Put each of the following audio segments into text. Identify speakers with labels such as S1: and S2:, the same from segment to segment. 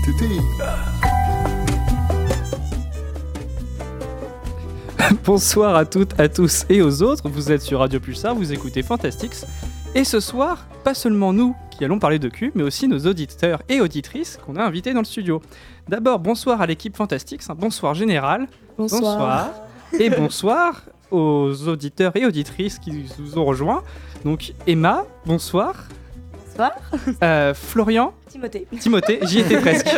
S1: Bonsoir à toutes, à tous et aux autres. Vous êtes sur Radio Pulsar, vous écoutez Fantastics. Et ce soir, pas seulement nous qui allons parler de cul, mais aussi nos auditeurs et auditrices qu'on a invités dans le studio. D'abord, bonsoir à l'équipe Fantastics, hein, bonsoir Général,
S2: Bonsoir.
S1: et bonsoir aux auditeurs et auditrices qui nous ont rejoints. Donc Emma, bonsoir.
S2: Bonsoir.
S1: Euh, Florian,
S2: Timothée.
S1: Timothée, j'y étais presque.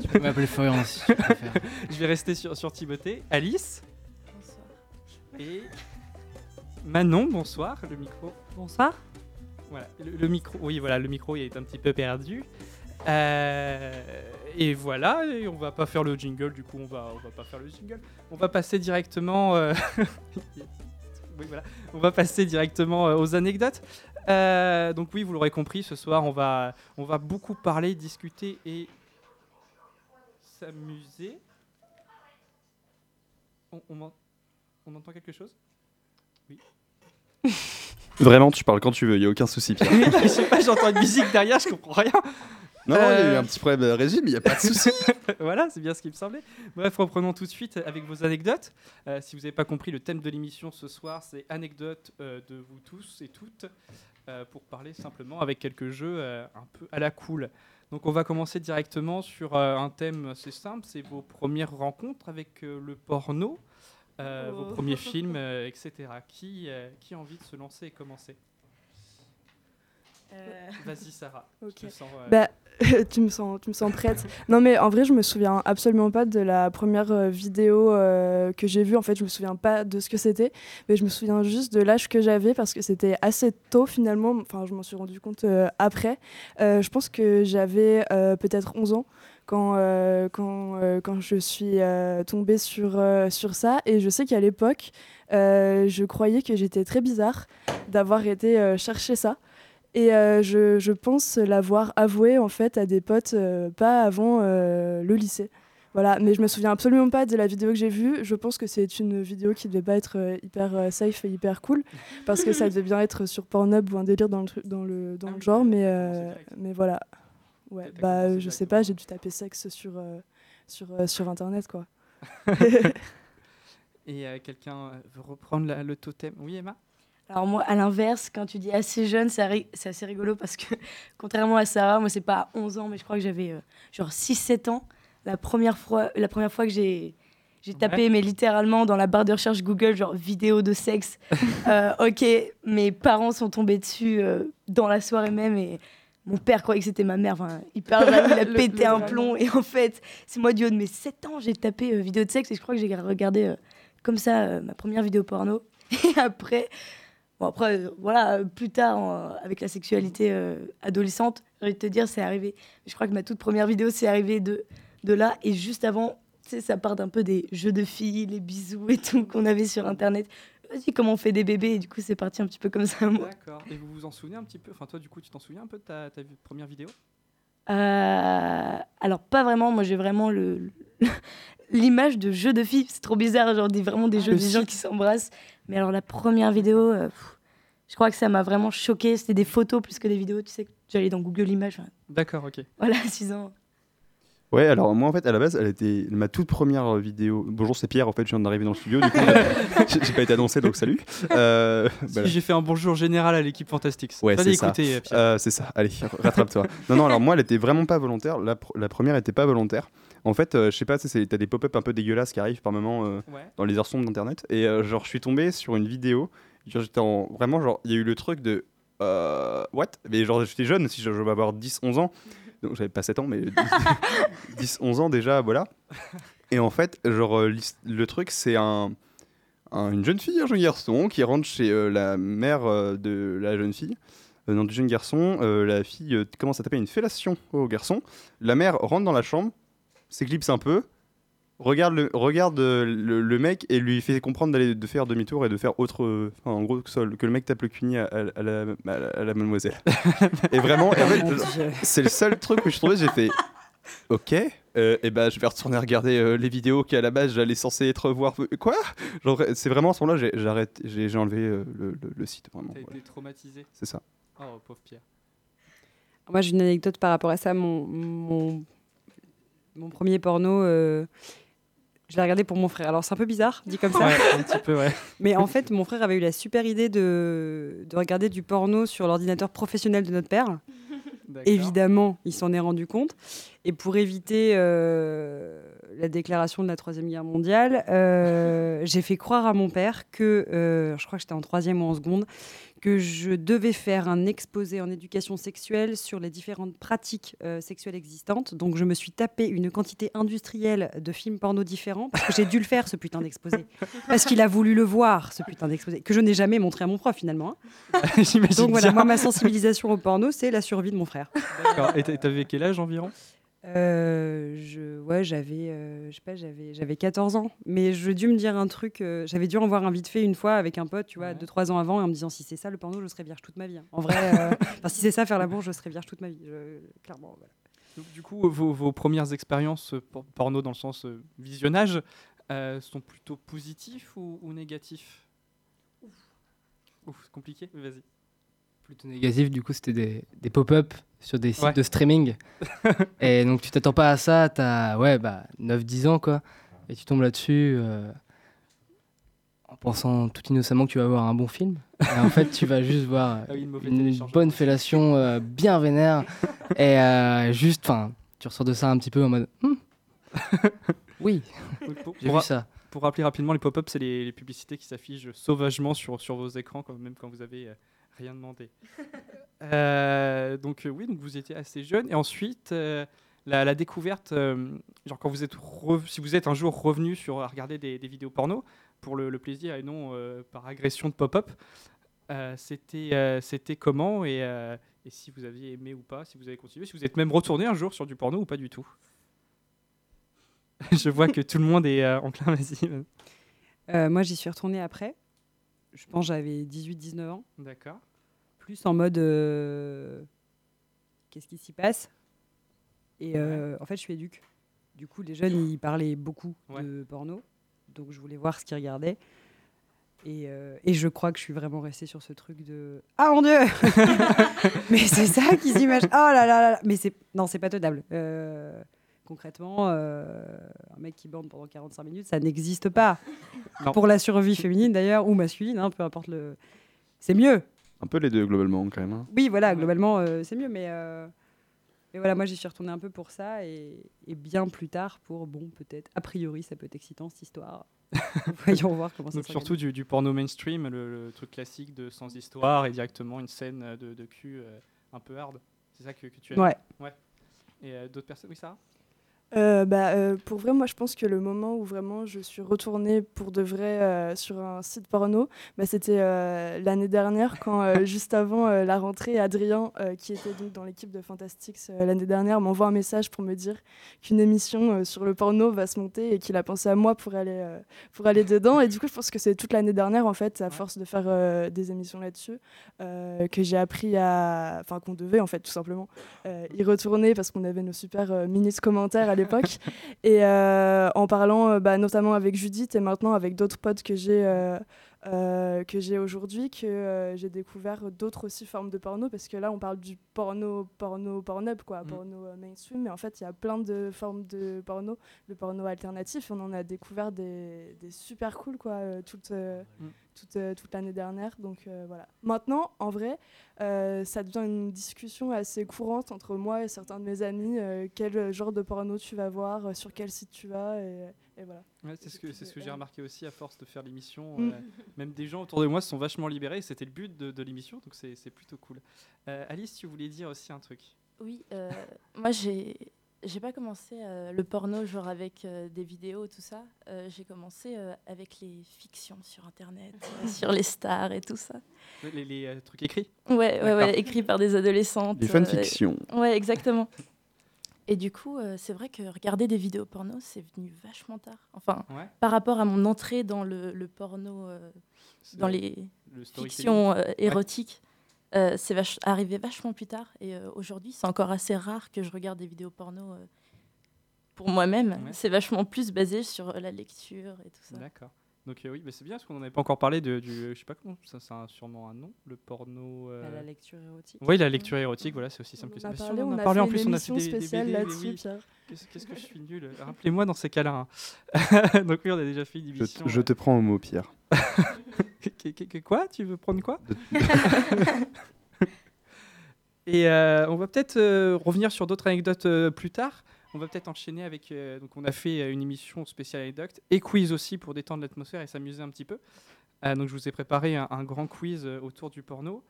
S3: Tu peux m'appeler Florian si tu préfères.
S1: Je vais rester sur, sur Timothée. Alice et Manon, bonsoir. Le micro.
S2: Bonsoir.
S1: Voilà, le, le micro, oui, voilà, le micro il est un petit peu perdu. Euh, et voilà, et on va pas faire le jingle, du coup on va, on va pas faire le jingle. On va passer directement, euh, oui, voilà. on va passer directement euh, aux anecdotes. Euh, donc oui, vous l'aurez compris, ce soir on va, on va beaucoup parler, discuter et s'amuser. On, on m'en- on entend quelque chose
S4: Vraiment, tu parles quand tu veux, il n'y a aucun souci. Pierre.
S1: Mais non, je sais pas, j'entends une musique derrière, je comprends rien.
S4: Non, non, il y a eu
S1: Euh.
S4: un petit problème de régime, il n'y a pas de souci.
S1: voilà, c'est bien ce qui me semblait. Bref, reprenons tout de suite avec vos anecdotes. Euh, si vous n'avez pas compris, le thème de l'émission ce soir, c'est anecdotes euh, de vous tous et toutes, euh, pour parler simplement avec quelques jeux euh, un peu à la cool. Donc on va commencer directement sur euh, un thème assez simple, c'est vos premières rencontres avec euh, le porno, euh,
S2: Oh.
S1: vos premiers films, euh, etc. Qui, euh, qui a envie de se lancer et commencer Vas-y Sarah,
S2: Euh. Ok.
S1: je te sens, euh,
S5: Bah, tu me sens, tu me sens prête. Non mais en vrai, je me souviens absolument pas de la première euh, vidéo euh, que j'ai vue. En fait, je me souviens pas de ce que c'était, mais je me souviens juste de l'âge que j'avais parce que c'était assez tôt finalement. Enfin, je m'en suis rendu compte euh, après. Euh, je pense que j'avais euh, peut-être 11 ans quand euh, quand euh, quand je suis euh, tombée sur euh, sur ça et je sais qu'à l'époque, euh, je croyais que j'étais très bizarre d'avoir été euh, chercher ça. Et euh, je, je pense l'avoir avoué en fait à des potes euh, pas avant euh, le lycée. Voilà, mais je me souviens absolument pas de la vidéo que j'ai vue. Je pense que c'est une vidéo qui devait pas être euh, hyper euh, safe et hyper cool parce que ça devait bien être sur Pornhub ou un délire dans le truc- dans le dans
S1: Ah
S5: le
S1: oui,
S5: genre,
S1: t'as-
S5: mais
S1: t'as
S5: euh,
S1: commencé direct.
S5: mais voilà.
S1: T'as-
S5: Ouais,
S1: t'as
S5: bah
S1: commencé
S5: euh, je sais pas,
S1: directement.
S5: j'ai dû taper sexe sur euh, sur euh, sur internet quoi.
S1: et euh, quelqu'un euh, veut reprendre la- le totem. Oui Emma
S2: Alors moi, à l'inverse, quand tu dis assez jeune, c'est arri- c'est assez rigolo parce que, contrairement à Sarah, moi, c'est pas à 11 ans, mais je crois que j'avais euh, genre 6-7 ans. La première fois, la première fois que j'ai j'ai tapé, mais littéralement, dans la barre de recherche Google, genre vidéo de sexe. Euh, ok, mes parents sont tombés dessus euh, dans la soirée même et mon père croyait que c'était ma mère. Enfin, hyper jaloux, il a
S5: Le-
S2: pété
S5: le
S2: un
S5: drame.
S2: plomb. Et en fait, c'est moi du haut de mes 7 ans, j'ai tapé euh, vidéo de sexe et je crois que j'ai regardé euh, comme ça euh, ma première vidéo porno. Et après, bon après, euh, voilà, euh, plus tard, en- avec la sexualité euh, adolescente, j'ai envie de te dire, c'est arrivé. Je crois que ma toute première vidéo, c'est arrivé de, de là. Et juste avant, tu sais, ça part d'un peu des jeux de filles, les bisous et tout qu'on avait sur Internet. Vas-y, comment on fait des bébés Et du coup, c'est parti un petit peu comme ça, moi.
S1: D'accord. Et vous vous en souvenez un petit peu Enfin, toi, du coup, tu t'en souviens un peu de ta, ta vi- première vidéo
S2: Euh, alors, pas vraiment. Moi, j'ai vraiment le. le- L'image de jeux de filles, c'est trop bizarre, genre des, vraiment des
S1: Ah,
S2: jeux
S1: le
S2: de gens
S1: site.
S2: qui s'embrassent. Mais alors la première vidéo, euh, pff, je crois que ça m'a vraiment choquée. C'était des photos plus que des vidéos. Tu sais, que j'allais dans Google Images. enfin,
S1: D'accord, ok.
S2: Voilà, 6 ans.
S4: Ouais, alors moi en fait, à la base, elle était ma toute première vidéo. Bonjour, c'est Pierre, en fait, je viens d'arriver dans le studio, du coup, j'ai j'ai pas été annoncé, donc salut. Euh, voilà.
S1: J'ai fait un bonjour général à l'équipe Fantastics.
S4: Ouais,
S1: Fallait
S4: c'est ça.
S1: écouter, euh, Pierre.
S4: Euh, c'est ça, allez, rattrape-toi. non, non, alors moi, elle était vraiment pas volontaire. La, pr- la première était pas volontaire. En fait, euh, je sais pas, tu sais, c'est- t'as des pop-up un peu dégueulasses qui arrivent par moment euh,
S1: Ouais.
S4: dans les heures sombres d'internet. Et euh, genre, je suis tombé sur une vidéo. Genre, J'étais en. Vraiment, genre, il y a eu le truc de. Euh, what Mais genre, j'étais jeune, si je, je vais avoir 10, 11 ans. Donc, j'avais pas 7 ans, mais 10, 11 ans déjà, voilà. Et en fait, genre, euh, l'his- le truc, c'est un. un- une jeune fille, un jeune garçon qui rentre chez euh, la mère euh, de la jeune fille, euh, non, du jeune garçon. euh, la fille euh, commence à taper une fellation au garçon. La mère rentre dans la chambre, s'éclipse un peu, regarde le, regarde euh, le, le mec et lui fait comprendre d'aller de faire demi-tour et de faire autre euh, enfin, en gros que, ça- que le mec tape le cuni à, à- à la, à la- à la mademoiselle et vraiment et en fait, c'est le seul truc où je trouvais j'ai fait ok euh, et ben je vais retourner regarder euh, les vidéos qu'à la base j'allais censé être voir Euh, quoi Genre, c'est vraiment à ce moment là j'ai j'arrête- j'ai j'ai enlevé euh, le, le- le site vraiment
S1: T'as
S4: voilà.
S1: été traumatisé.
S4: c'est ça
S1: Oh, pauvre Pierre.
S6: Moi, j'ai une anecdote par rapport à ça. Mon, mon, mon premier porno, euh, j'ai- Je l'ai regardé pour mon frère. Alors c'est un peu bizarre, dit comme ça.
S1: Ouais, un petit peu, ouais.
S6: Mais en fait, mon frère avait eu la super idée de, de regarder du porno sur l'ordinateur professionnel de notre père. Évidemment, il s'en est rendu compte. Et pour éviter euh, la déclaration de la Troisième Guerre mondiale, euh, j'ai fait croire à mon père que, euh, je crois que j'étais en troisième ou en seconde, que je devais faire un exposé en éducation sexuelle sur les différentes pratiques euh, sexuelles existantes. Donc je me suis tapé une quantité industrielle de films porno différents parce que j'ai dû le faire, ce putain d'exposé. Parce qu'il a voulu le voir, ce putain d'exposé, que je n'ai jamais montré à mon prof finalement. hein.
S1: J'imagine
S6: Donc voilà,
S1: bien.
S6: moi, ma sensibilisation au porno, c'est la survie de mon frère.
S1: D'accord. Et t'a- t'avais quel âge environ
S6: Euh, je, ouais, j'avais, euh, je sais pas, j'avais, j'avais 14 ans, mais je dû me dire un truc. euh, j'avais dû en voir un vite fait une fois avec un pote, tu vois,
S1: Ouais.
S6: 2-3 ans avant, et en me disant si c'est ça le porno, je serais vierge toute ma vie. hein. En vrai, euh, enfin, si c'est ça faire l'amour, je serais vierge toute ma vie, je- clairement. voilà.
S1: Donc, Du coup, vos, vos premières expériences euh, por- porno dans le sens euh, visionnage euh, sont plutôt positifs ou, ou négatifs Ouf, c'est compliqué. Vas-y.
S3: plutôt négatif. Du coup, c'était des, des pop-up sur des sites
S1: Ouais.
S3: de streaming. et donc, tu t'attends pas à ça. T'as ouais, bah, 9-10 ans, quoi. Et tu tombes là-dessus euh, en pensant tout innocemment que tu vas voir un bon film. Et en fait, tu vas juste voir
S1: Ah oui, une mauvaise
S3: une
S1: télécharge.
S3: bonne fellation euh, bien vénère. et euh, juste, enfin, tu ressors de ça un petit peu en mode. Hmm. oui,
S1: Donc, pour,
S3: j'ai
S1: pour
S3: vu
S1: ra-
S3: ça.
S1: pour rappeler rapidement, les pop-up, c'est les, les publicités qui s'affichent sauvagement sur, sur vos écrans, quand même quand vous avez euh, rien demandé. Euh, donc euh, oui, donc vous étiez assez jeune. Et ensuite, euh, la, la découverte, euh, genre quand vous êtes re- si vous êtes un jour revenu sur à regarder des, des vidéos porno pour le, le plaisir et non euh, par agression de pop-up, euh, c'était euh, c'était comment et, euh, et si vous aviez aimé ou pas, si vous avez continué, si vous êtes même retourné un jour sur du porno ou pas du tout. Je vois que tout le monde est euh, enclin, vas-y. vas-y.
S6: Euh, moi, j'y suis retournée après. Je pense que j'avais 18-19 ans,
S1: D'accord.
S6: plus en mode euh, qu'est-ce qui s'y passe Et euh, en fait, je suis éduque. Du coup, les jeunes, ils parlaient beaucoup
S1: Ouais.
S6: de porno. Donc, je voulais voir ce qu'ils regardaient. Et, euh, et je crois que je suis vraiment restée sur ce truc de Ah mon Dieu Mais c'est ça qu'ils imaginent. Oh là là là là. Mais c'est... non, c'est pas tenable. Euh, concrètement, euh, un mec qui bande pendant 45 minutes, ça n'existe pas.
S1: Non.
S6: Pour la survie féminine d'ailleurs, ou masculine, hein, peu importe le. C'est mieux.
S4: Un peu les deux, globalement, quand même. hein.
S6: Oui, voilà,
S1: Ouais.
S6: globalement, euh, c'est mieux, mais, euh, mais voilà, moi j'y suis retournée un peu pour ça et, et bien plus tard pour, bon, peut-être, a priori, ça peut être excitant cette histoire. Voyons voir comment ça
S1: Donc
S6: se
S1: surtout du, du porno mainstream, le, le truc classique de sans histoire et directement une scène euh, de, de cul euh, un peu hard. C'est ça que, que tu as
S6: Ouais.
S1: Et euh, d'autres personnes Oui, Sarah
S5: Euh, bah, euh, pour vrai, moi je pense que le moment où vraiment je suis retournée pour de vrai euh, sur un site porno, bah, c'était euh, l'année dernière, quand euh, juste avant euh, la rentrée, Adrien, euh, qui était donc dans l'équipe de Fantastics euh, l'année dernière, m'envoie un message pour me dire qu'une émission euh, sur le porno va se monter et qu'il a pensé à moi pour aller, euh, pour aller dedans. Et du coup, je pense que c'est toute l'année dernière, en fait, à force de faire euh, des émissions là-dessus, euh, que j'ai appris à. Enfin, qu'on devait, en fait, tout simplement euh, y retourner parce qu'on avait nos super euh, minutes commentaires à l'époque. et euh, en parlant euh, bah, notamment avec Judith et maintenant avec d'autres potes que j'ai euh, euh, que j'ai aujourd'hui, que euh, j'ai découvert d'autres aussi formes de porno parce que là on parle du porno, porno, porn-up, quoi,
S1: Mm.
S5: porno euh, mainstream, mais en fait il y a plein de formes de porno, le porno alternatif, on en a découvert des, des super cool quoi, euh, toute, euh,
S1: Mm.
S5: toute, euh, toute l'année dernière. Donc euh, voilà. Maintenant, en vrai, euh, ça devient une discussion assez courante entre moi et certains de mes amis. euh, quel genre de porno tu vas voir, euh, sur quel site tu vas, et, euh, et voilà.
S1: Ouais, c'est ce que, c'est ce que j'ai remarqué aussi à force de faire l'émission.
S5: Mm.
S1: euh, même des gens autour de moi se sont vachement libérés. et C'était le but de, de l'émission, donc c'est c'est plutôt cool. Euh, Alice, tu voulais dire aussi un truc
S7: Oui, euh, moi j'ai j'ai pas commencé euh, le porno genre avec euh, des vidéos tout ça. Euh, j'ai commencé euh, avec les fictions sur internet, euh, sur les stars et tout ça.
S1: Les, les, euh, trucs écrits
S7: Ouais, ouais,
S1: D'accord.
S7: ouais, écrit par des adolescentes.
S4: Des
S7: euh,
S4: fanfictions.
S7: Ouais, exactement. Et du coup, euh, c'est vrai que regarder des vidéos porno, c'est venu vachement tard. Enfin,
S1: Ouais.
S7: par rapport à mon entrée dans le, le porno, euh, dans les
S1: le storytelling.
S7: fictions euh, érotiques, euh, c'est vach- arrivé vachement plus tard. Et euh, aujourd'hui, c'est encore assez rare que je regarde des vidéos porno euh, pour moi-même.
S1: Ouais.
S7: C'est vachement plus basé sur euh, la lecture et tout ça.
S1: D'accord. Donc euh, oui, mais c'est bien parce qu'on n'en avait pas encore parlé de, du, je sais pas comment, ça, ça a sûrement un nom, le porno. euh,
S8: Bah, la lecture érotique.
S1: Oui, la lecture érotique, voilà, c'est aussi simple que
S5: On
S1: ça.
S5: en a
S1: Mais si,
S5: parlé,
S1: on en
S5: on
S1: a
S5: a
S1: parlé,
S5: fait
S1: en
S5: une
S1: plus, on a fait
S5: émission
S1: des- des
S5: spéciale
S1: BD, mais
S5: là-dessus,
S1: oui.
S5: Pierre.
S1: Qu'est-ce qu'est-ce que je suis nul. euh, Rappelez-moi dans ces cas-là. hein. Donc oui, on a déjà fait une
S4: Je,
S1: émission. euh,
S4: je te prends au mot, Pierre.
S1: Que- que- que- que- Quoi Tu veux prendre quoi Et euh, on va peut-être euh, revenir sur d'autres anecdotes euh, plus tard. On va peut-être enchaîner avec. euh, donc, on a fait euh, une émission spéciale anecdote et quiz aussi pour détendre l'atmosphère et s'amuser un petit peu. Euh, donc, je vous ai préparé un, un grand quiz euh, autour du porno.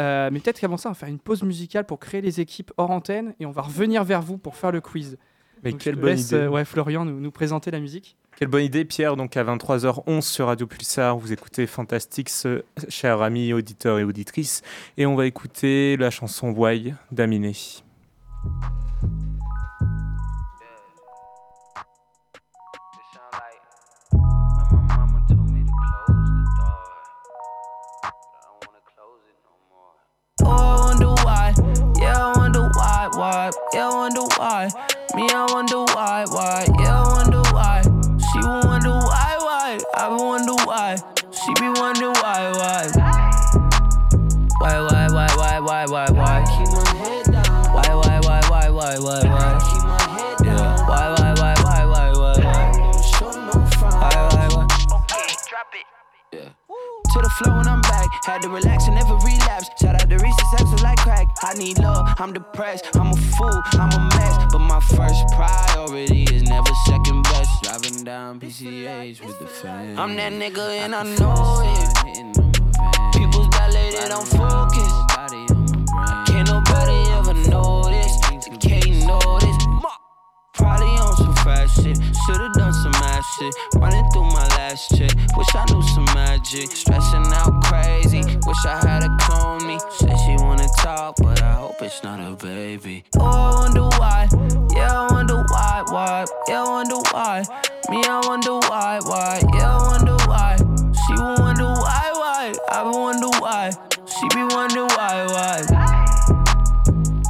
S1: Euh, mais peut-être qu'avant ça, on va faire une pause musicale pour créer les équipes hors antenne et on va revenir vers vous pour faire le quiz.
S9: Mais
S1: Donc, je
S9: quelle
S1: te
S9: bonne
S1: laisse,
S9: idée.
S1: euh, ouais, Florian, nous, nous présenter la musique.
S9: Quelle bonne idée, Pierre. Donc à 23h11 sur Radio Pulsar, vous écoutez Fantastics, euh, chers amis auditeurs et auditrices. Et on va écouter la chanson Why d'Aminé.
S10: Oh, I wonder why. Yeah, I wonder why, why. Yeah, I wonder why. Me, I wonder why, why. Yeah, I wonder why. She will wonder why, why. I will wonder why. She be wondering why, why. Why, why, why, why, why, why, why. Keep my head down. Why, why, why, why, why, why, why. Keep my head down. Yeah. Why, why, why, why, why, why, why. Show no front. Why, why, why. Okay, drop it. Yeah. To the flow when I'm back. Had to relax and never relapse. Shout out to Reese's Axel like crack. I need love, I'm depressed. I'm a fool, I'm a mess. But my first priority is never second best. Driving down PCH with the fans. I'm that nigga and I know it. People's dilated on focus. Can't nobody ever notice. They Can't notice. Ma- Probably on some fast shit. Should've done some ass shit. Running through my last check. Wish I knew some magic. Stressing out crazy. Wish I had a clone me. Said she wanna talk, but I hope it's not a baby. Oh, I wonder why. Yeah, I wonder why, why. Yeah, I wonder why. Me, I wonder why, why. Yeah, I wonder why. She will wonder why, why. I will wonder why. She be wondering why, why.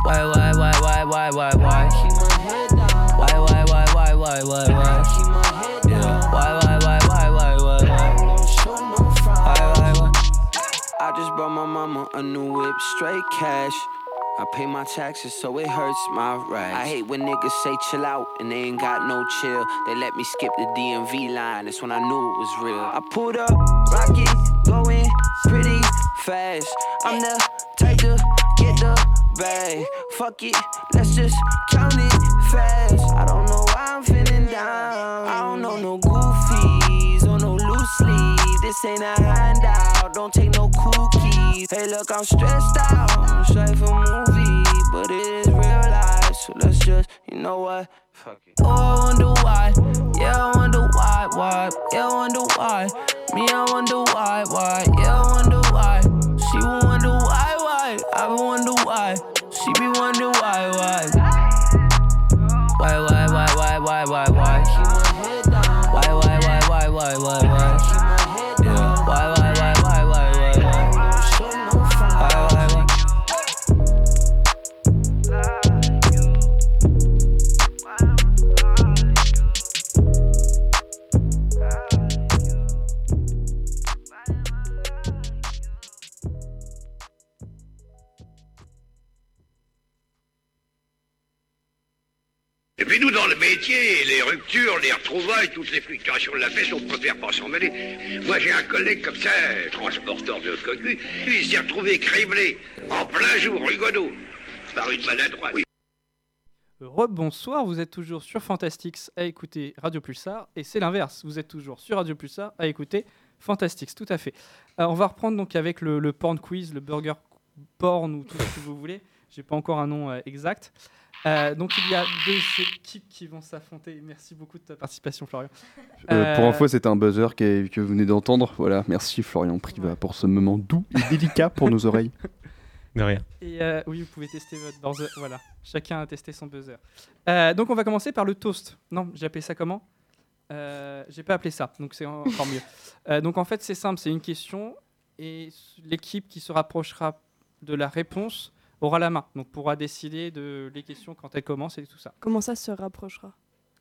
S10: Why, why, why, why, why, why, why? Keep my head down. Why, why, why, why, why, why, why? Keep my head down. Yeah. Why, why, why, why, why, why, why? Don't show no front. Why, why, why? I just bought my mama a new whip, straight cash. I pay my taxes, so it hurts my ride. I hate when niggas say chill out and they ain't got no chill. They let me skip the DMV line, that's when I knew it was real. I pulled up, rocket, going pretty fast. I'm the type to get the bag. Fuck it, let's just count it fast. I don't know why I'm feeling down. I don't know no goofies or no loose leaf. This ain't a handout, don't take no cookies. Hey, look, I'm stressed out. I'm straight for movie, but it is real life. So let's just, you know what? Fuck it. Oh, I wonder why. Yeah, I wonder why, why. Yeah, I wonder why. Me, I wonder why, why. Yeah, I wonder why. She will wonder why, why. I will wonder why. She be wondering why, why. Why, why, why, why, why, why, why? Keep my head down. Why, why, why, why, why, why, why? Keep my head down. Yeah. Why, why, why, why, why, why, why? Shit, no front. Why, why, why?
S11: Et puis nous, dans le métier, les ruptures, les retrouvailles, toutes les fluctuations de la pêche, on préfère pas s'en mêler. Moi, j'ai un collègue comme ça, euh, transporteur de cocu, lui, il s'est retrouvé criblé, en plein jour, rigodo, par une maladroite.
S1: Rebonsoir, vous êtes toujours sur Fantastics à écouter Radio Pulsar et c'est l'inverse, vous êtes toujours sur Radio Pulsar à écouter Fantastics, tout à fait. Euh, on va reprendre donc avec le, le porn quiz, le burger porn ou tout ce que vous voulez, j'ai pas encore un nom euh, exact. Euh, donc il y a deux équipes qui vont s'affronter. Merci beaucoup de ta participation Florian.
S4: Euh, Pour
S1: Euh,
S4: info, c'est un buzzer que, que vous venez d'entendre. Voilà, merci Florian Priva pour ce moment doux et délicat pour nos oreilles.
S9: De rien.
S1: Et euh, oui, vous pouvez tester votre buzzer. Voilà, chacun a testé son buzzer. Euh, donc on va commencer par le toast. Non, j'ai appelé ça comment Euh, J'ai pas appelé ça, donc c'est en- encore mieux. Euh, donc en fait, c'est simple, c'est une question et s- l'équipe qui se rapprochera de la réponse aura la main. Donc pourra décider de les questions quand elles commencent et tout ça.
S5: Comment ça se rapprochera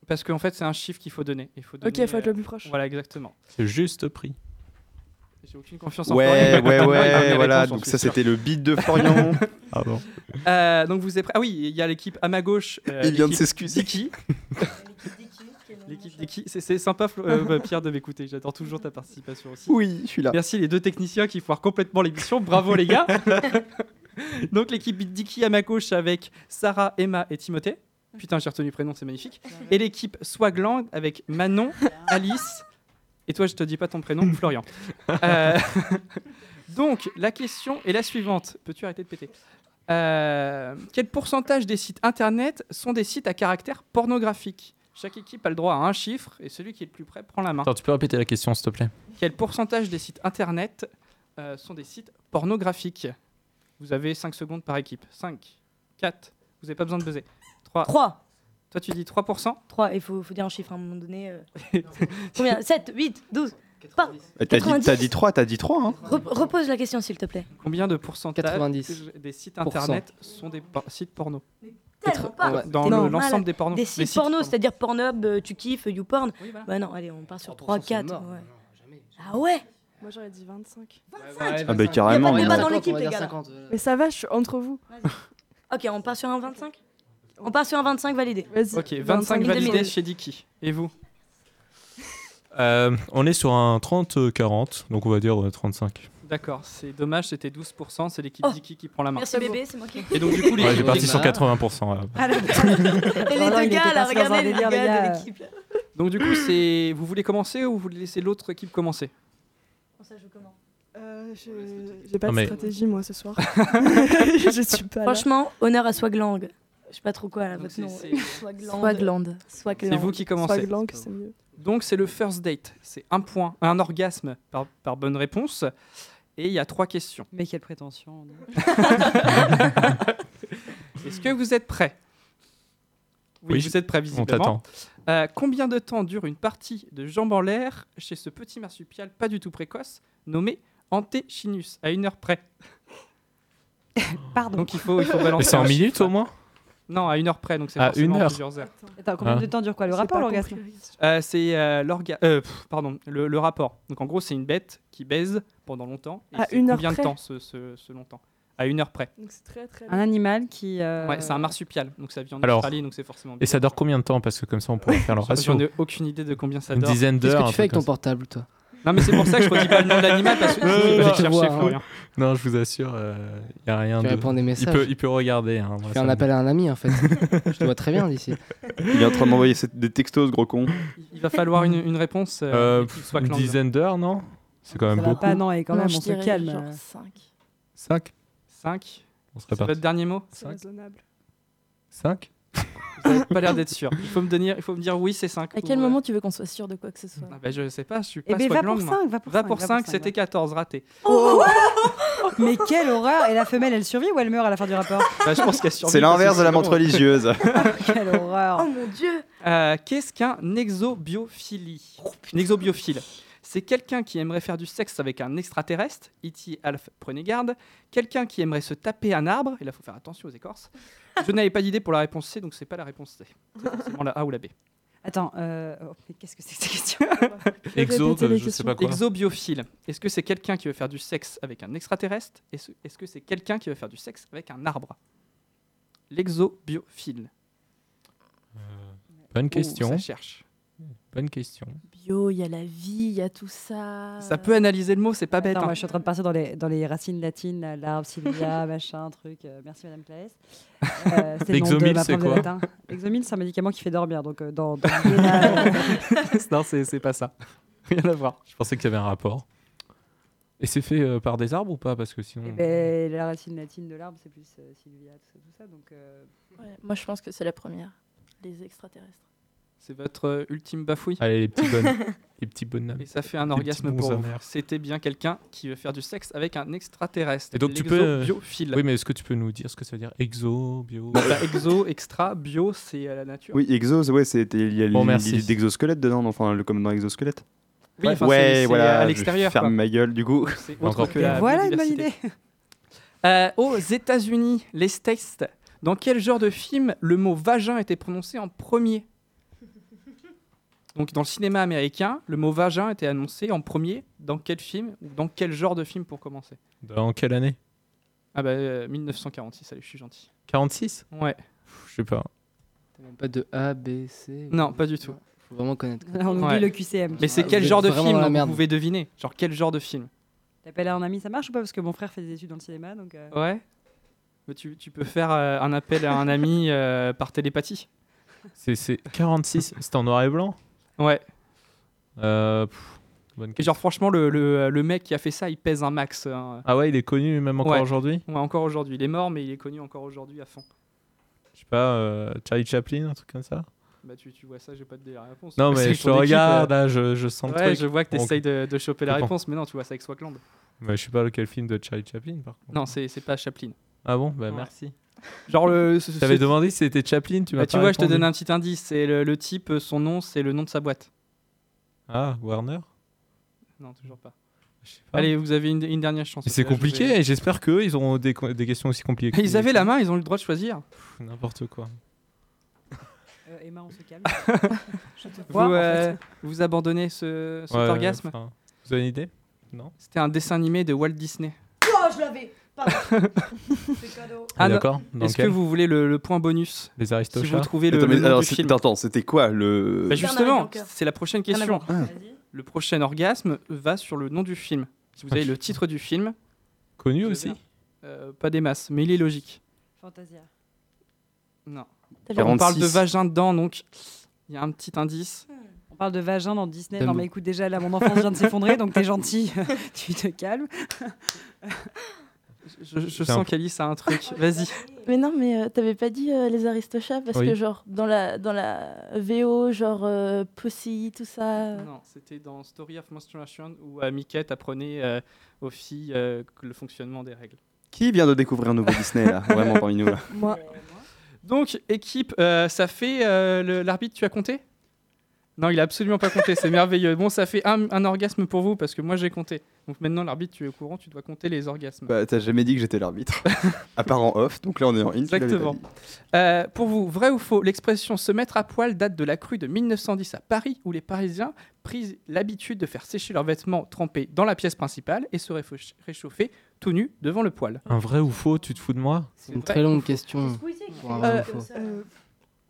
S1: Parce qu'en fait, c'est un chiffre qu'il faut donner. Il faut
S5: Ok,
S1: donner,
S5: faut
S1: euh,
S5: être le plus proche.
S1: Voilà, exactement.
S12: C'est juste prix.
S1: J'ai aucune confiance en
S4: Ouais,
S1: Florian. Il
S4: ouais,
S1: va donner
S4: ouais,
S1: les
S4: voilà.
S1: réponses, j'en
S4: Donc
S1: suis
S4: ça,
S1: sûr.
S4: c'était le beat de Florian.
S9: Ah
S1: Euh, donc vous êtes prêts Ah oui, il y a l'équipe à ma gauche. euh,
S4: Il vient de
S1: l'équipe
S4: s'excuser.
S1: Dicky. L'équipe Dicky. C'est- C'est sympa, Flo- euh, bah, Pierre, de m'écouter. J'adore toujours ta participation aussi.
S4: Oui, je suis là.
S1: Merci les deux techniciens qui foirent complètement l'émission. Bravo les gars. Donc l'équipe Dicky à ma gauche avec Sarah, Emma et Timothée. Putain, j'ai retenu le prénom, c'est magnifique. Et l'équipe Swagland avec Manon, Alice. Et toi, je te dis pas ton prénom, Florian. Euh, donc la question est la suivante. Peux-tu arrêter de péter Euh, Quel pourcentage des sites internet sont des sites à caractère pornographique chaque équipe a le droit à un chiffre et celui qui est le plus près prend la main.
S9: Attends, tu peux répéter la question, s'il te plaît
S1: Quel pourcentage des sites internet euh, sont des sites pornographiques Vous avez 5 secondes par équipe. 5, 4, vous n'avez pas besoin de buzzer. 3.
S2: 3.
S1: Toi, tu dis 3%.
S2: 3, il faut, faut dire un chiffre à un moment donné. euh. Combien 7, 8, 12. Pas-
S4: Eh, T'as dit,
S2: 90.
S4: t'as dit 3, t'as dit 3. Hein.
S2: Rep- repose la question, s'il te plaît.
S1: Combien de pourcentage
S3: 90.
S1: des sites internet sont des por- sites porno euh,
S2: Tellement pas.
S3: Ouais.
S1: Dans
S2: t'es
S1: le-
S2: normal.
S1: l'ensemble des pornos.
S2: Des
S1: Des
S2: sites porno,
S1: pornos.
S2: c'est-à-dire Pornhub, euh, tu kiffes, YouPorn.
S1: Oui, voilà.
S2: Bah non, allez, on part sur 3,
S3: 3%, c'est
S2: 4.
S3: mort.
S2: ouais.
S3: Non, jamais.
S2: Ah ouais
S5: Moi j'aurais dit 25.
S4: Ah bah carrément.
S2: Il y a pas de débat
S4: hein.
S2: dans l'équipe, les gars.
S5: Mais ça va, je suis entre vous.
S2: Ok, on part sur un 25 On part sur un 25 validé.
S5: Vas-y.
S1: Ok, 25
S2: 000.
S1: validés chez Dicky. Et vous
S9: Euh, On est sur un 30-40, donc on va dire euh, 35.
S1: D'accord, c'est dommage, c'était 12%. C'est l'équipe
S2: Oh.
S1: Dicky qui prend la main.
S2: Merci bébé, c'est moi qui.
S1: Et donc, du coup, les.
S9: Ouais, j'ai
S1: les-
S9: parti sur
S3: Voilà.
S9: 80%. ouais.
S2: Ah, là, Et les
S6: Alors là,
S2: deux
S6: il
S2: gars,
S6: était
S2: là,
S6: parti dans un
S2: regardez les
S6: délire, les
S2: gars
S6: gars.
S2: de l'équipe. là.
S1: Donc, du coup, c'est. Vous voulez commencer ou vous laissez l'autre équipe commencer
S2: Ça joue comment
S5: Euh, je- J'ai pas
S9: Non,
S5: de
S9: mais-
S5: stratégie moi ce soir. je suis pas. là.
S2: Franchement, honneur à Swaglang. Je sais pas trop quoi là,
S1: Donc,
S2: votre
S1: c'est-
S2: nom.
S1: c'est-
S7: Swagland.
S1: C'est vous qui commencez.
S5: Swaglang, c'est mieux.
S1: Donc c'est le first date, c'est un point, un orgasme par, par bonne réponse, et il y a trois questions.
S6: Mais quelle prétention. non
S1: Est-ce que vous êtes prêts oui,
S9: Oui,
S1: vous êtes prêts
S9: On
S1: visiblement.
S9: t'attend.
S1: Euh, combien de temps dure une partie de jambes en l'air chez ce petit marsupial pas du tout précoce nommé Antechinus à une heure près
S6: Pardon.
S1: Donc il faut, il faut
S9: Mais
S1: balancer.
S9: c'est en
S1: un chiffre.
S9: minutes au moins
S1: Non, à une heure près, donc c'est
S9: À
S1: forcément
S9: une heure.
S1: plusieurs heures.
S6: Attends, combien
S9: Hein
S6: de temps dure quoi le
S5: J'ai
S6: rapport,
S5: pas
S6: l'orgasme
S5: compris.
S1: Euh, c'est euh, l'orga- euh, pff, pardon, le, le rapport. Donc en gros, c'est une bête qui baise pendant longtemps. Et
S5: À
S1: c'est
S5: une heure
S1: combien de
S5: près
S1: temps ce, ce, ce longtemps À une heure près.
S5: Donc c'est très très.
S6: Un animal qui. euh,
S1: Ouais, c'est un marsupial, donc ça vient en
S9: Alors,
S1: Australie, donc c'est forcément.
S9: Et ça dort combien de temps Parce que comme ça, on pourrait faire le ratio.
S1: J'en ai aucune idée de combien ça
S9: Une
S1: dort.
S9: dizaine
S3: Qu'est-ce
S9: d'heures.
S3: que
S9: un
S3: tu fais avec
S9: truc
S3: ton portable, toi
S1: Non, mais c'est pour ça que je redis pas le nom de l'animal parce que
S9: Non,
S1: je vais
S9: non,
S1: pas
S9: non,
S1: chercher
S3: je vois, hein.
S1: Florian.
S9: comme ça. Non, je vous assure, il n'y a rien
S3: Tu
S9: de.
S3: réponds des
S9: Il
S3: messages.
S9: peut, il peut regarder. Hein, moi,
S3: Tu fais
S9: ça
S3: un
S9: me-
S3: appel à un ami, en fait. Je te vois très bien d'ici.
S4: Il est en train de m'envoyer cette- des textos, ce gros con.
S1: Il va falloir une, une réponse.
S9: Euh,
S1: euh, équipe Swakland.
S9: Une dizaine d'heures, non C'est quand même
S6: ça va
S9: beaucoup.
S6: pas, non, et quand
S7: Non,
S6: même,
S7: je
S6: on se
S7: dirais
S6: calme.
S7: genre
S6: euh.
S7: 5.
S9: 5
S1: Cinq.
S9: On se
S1: C'est
S9: prépare.
S1: votre dernier mot
S5: C'est raisonnable.
S9: 5
S1: Vous avez pas l'air d'être sûr. Il faut me, donner, il faut me dire oui, c'est 5.
S7: À quel moment tu veux qu'on soit sûr de quoi que ce soit
S1: Ah Je sais pas, je suis
S6: Eh
S1: pas
S6: ben, va
S1: Swakland,
S6: pour
S1: moi.
S6: 5, va pour 5.
S1: Va pour 5, c'était 14, raté.
S6: Mais quelle horreur Et la femelle, elle survit ou elle meurt à la fin du rapport
S1: Bah, je pense qu'elle survit
S4: C'est l'inverse
S1: parce que
S4: de la menthe religieuse.
S6: Quelle
S2: Oh
S6: horreur
S2: mon dieu
S1: Euh, Qu'est-ce qu'un exobiophili
S6: Oh,
S1: Une exobiophile. C'est quelqu'un qui aimerait faire du sexe avec un extraterrestre, E.T. Alf, prenez garde. Quelqu'un qui aimerait se taper un arbre, et là, il faut faire attention aux écorces. Je n'avais pas d'idée pour la réponse C, donc c'est pas la réponse C. C'est forcément la A ou la B.
S6: Attends, euh, oh, mais qu'est-ce que c'est que cette question
S9: Exo, euh,
S5: Répétez les
S9: je sais
S5: questions.
S9: pas quoi.
S1: Exobiophile. Est-ce que c'est quelqu'un qui veut faire du sexe avec un extraterrestre Est-ce est-ce que c'est quelqu'un qui veut faire du sexe avec un arbre L'exobiophile.
S9: Bonne
S1: Oh,
S9: question.
S1: ça cherche.
S9: Bonne question.
S7: Bio, il y a la vie, il y a tout ça.
S1: Ça peut analyser le mot, c'est pas bête.
S6: Attends,
S1: hein.
S6: moi, je suis en train de partir dans les, dans les racines latines, là, l'arbre, Sylvia, machin, truc. euh, merci, Madame Claes. Euh, c'est le nom de
S9: L'exomil,
S6: ma
S9: c'est
S6: prof de
S9: quoi
S6: latin. L'exomil, c'est un médicament qui fait dormir. Donc, euh, dans, dans le vénal, euh,
S1: non, c'est c'est pas ça. Rien à voir.
S9: Je pensais qu'il y avait un rapport. Et c'est fait euh, par des arbres ou pas Parce que sinon.
S1: Mm.
S9: euh,
S6: eh ben, la racine latine de l'arbre, c'est plus euh, Sylvia, tout ça, tout ça. Donc, euh,
S7: Ouais, moi, je pense que c'est la première. Les extraterrestres.
S1: C'est votre euh, ultime bafouille.
S9: Allez, les petits bonnes. les petits bonnes
S1: Et ça fait un
S9: Des
S1: orgasme
S9: petits
S1: pour
S9: bons
S1: vous.
S9: amers.
S1: C'était bien quelqu'un qui veut faire du sexe avec un extraterrestre.
S9: Et donc tu peux, euh,
S1: L'exobiophile.
S9: Oui, mais est-ce que tu peux nous dire ce que ça veut dire Exo, bio
S1: Bah, exo, extra, bio, c'est à la nature.
S4: Oui, exos, ouais, c'était il y a
S9: Bon, merci.
S4: l'idée d'exosquelette dedans, enfin, le, comme dans exosquelette.
S1: Oui, enfin, c'est-
S4: ouais,
S1: c'est
S4: voilà.
S1: à
S4: je
S1: l'extérieur.
S4: Ferme
S1: quoi.
S4: ma gueule, du coup.
S1: C'est
S9: Encore
S1: autre que
S9: pire.
S1: la
S6: voilà une bonne
S1: biodiversité.
S6: idée.
S1: Euh, aux États-Unis, les States, dans quel genre de film le mot vagin était prononcé en premier Donc, dans le cinéma américain, le mot vagin était annoncé en premier dans quel film ou dans quel genre de film pour commencer
S9: Dans quelle année
S1: Ah, bah, euh, 1946, allez, je suis gentil.
S9: 46
S1: Ouais.
S9: Je sais pas.
S3: T'as même pas de A, B, C ou-
S1: Non, pas du tout.
S3: Faut vraiment connaître. quoi.
S6: On oublie
S1: Ouais.
S6: le QCM.
S1: Mais c'est
S3: Ah,
S1: quel
S3: vous
S1: genre
S3: êtes
S1: de
S3: vraiment
S1: film
S3: dans la
S1: donc
S3: merde.
S1: Vous pouvez deviner. Genre, quel genre de film
S6: T'appelles un ami, ça marche ou pas Parce que mon frère fait des études dans le cinéma, donc. euh,
S1: Ouais. Mais tu, tu peux faire euh, un appel à un ami euh, par télépathie.
S9: C'est- C'est 46. C'était en noir et blanc
S1: Ouais.
S9: Euh, pff, bonne
S1: Et
S9: question.
S1: genre, franchement, le, le- le mec qui a fait ça, il pèse un max. hein.
S9: Ah ouais, il est connu même encore
S1: Ouais.
S9: aujourd'hui
S1: Ouais, encore aujourd'hui. Il est mort, mais il est connu encore aujourd'hui à fond.
S9: Je sais pas, euh, Charlie Chaplin, un truc comme ça
S1: Bah, tu, tu vois ça, j'ai pas de la réponse.
S9: Non,
S1: Tu vois ça
S9: mais
S1: avec
S9: je te
S1: ton équipe,
S9: regarde,
S1: euh,
S9: là, je, je sens le
S1: Ouais,
S9: truc.
S1: je vois que
S9: Bon,
S1: t'essayes de, de choper la
S9: comprends.
S1: réponse, mais non, tu vois ça avec Swakland.
S9: Mais je sais pas lequel film de Charlie Chaplin, par contre.
S1: Non, c'est c'est pas Chaplin.
S9: Ah bon Bah
S1: Ouais.
S9: merci.
S1: Genre, le. ce- ce-
S9: T'avais
S1: ce-
S9: demandé si c'était Chaplin, tu m'as
S1: Bah, tu
S9: pas
S1: vois, je te
S9: répondu.
S1: donne un petit indice. C'est le, le type, euh, son nom, c'est le nom de sa boîte.
S9: Ah, Warner
S1: Non, toujours pas.
S9: Je sais pas.
S1: Allez, vous avez une, une dernière chance.
S9: Mais c'est
S1: Là, je vais-
S9: compliqué, et j'espère qu'eux, ils auront des, co- des questions aussi compliquées. que
S1: Ils
S9: les
S1: avaient la
S9: tiennes.
S1: main, ils ont eu le droit de choisir.
S9: Pff, N'importe quoi.
S6: euh, Emma, on se calme. Je te
S1: Vous,
S6: vois, en
S1: euh,
S6: fait.
S1: vous abandonnez ce, cet
S9: Ouais,
S1: orgasme
S9: enfin, Vous avez une idée
S1: C'était un dessin animé de Walt Disney.
S2: Oh, je l'avais Pardon. C'est cadeau.
S1: Ah, non.
S9: D'accord. Dans
S1: Est-ce que
S9: lequel
S1: vous voulez le, le point bonus
S9: Les
S1: Si vous
S9: Aristochats
S1: trouvez le,
S4: Attends,
S1: le
S4: mais
S1: nom
S4: alors,
S1: du
S4: c'est-
S1: film
S4: attends, attends, c'était quoi le.
S1: Bah,
S2: Bernard
S1: Justement,
S2: Blanquer.
S1: c'est la prochaine
S2: Rien à
S1: question.
S2: voir. Vas-y.
S1: Le prochain orgasme va sur le nom du film. Si vous avez le titre du film,
S9: Connu
S1: Je
S9: aussi
S1: viens. euh, pas des masses, mais il est logique.
S6: Fantasia.
S1: Non.
S4: Quarante-
S1: On parle de
S4: 46.
S1: vagin dedans, donc il y a un petit indice.
S6: On parle de vagin dans Disney.
S3: Dumbo.
S6: Non, mais écoute, déjà, là, mon enfance vient de s'effondrer, donc t'es gentil. tu te calmes.
S1: Je, je
S9: C'est un-
S1: sens qu'Alice a un truc. Vas-y.
S7: Mais non, mais euh, t'avais pas dit euh, les Aristochats parce
S9: Oui.
S7: que genre dans la dans la VO genre euh, Pussy tout ça. euh,
S1: Non, c'était dans Story of Menstruation où euh, Mickey apprenait euh, aux filles euh, le fonctionnement des règles.
S4: Qui vient de découvrir un nouveau Disney, là Vraiment parmi nous, là.
S5: Moi,
S1: Donc, équipe, euh, ça fait. euh, le- L'arbitre, tu as compté Non, il a absolument pas compté, c'est merveilleux. Bon, ça fait un, un orgasme pour vous parce que moi j'ai compté. Donc maintenant, l'arbitre, tu es au courant, tu dois compter les orgasmes.
S4: Bah, t'as jamais dit que j'étais l'arbitre. à part en off, donc là on est en in. tu l'avais pas
S1: Exactement.
S4: dit.
S1: Euh, pour vous, vrai ou faux, l'expression se mettre à poil date de la crue de 1910 à Paris où les Parisiens prirent l'habitude de faire sécher leurs vêtements trempés dans la pièce principale et se réfauch- réchauffer tout nu devant le poil.
S9: Un vrai ou faux, tu te fous de moi
S1: C'est
S3: Une
S1: vrai
S3: très
S1: ou
S3: longue
S1: faux
S3: question. pour un
S1: Euh,
S3: info.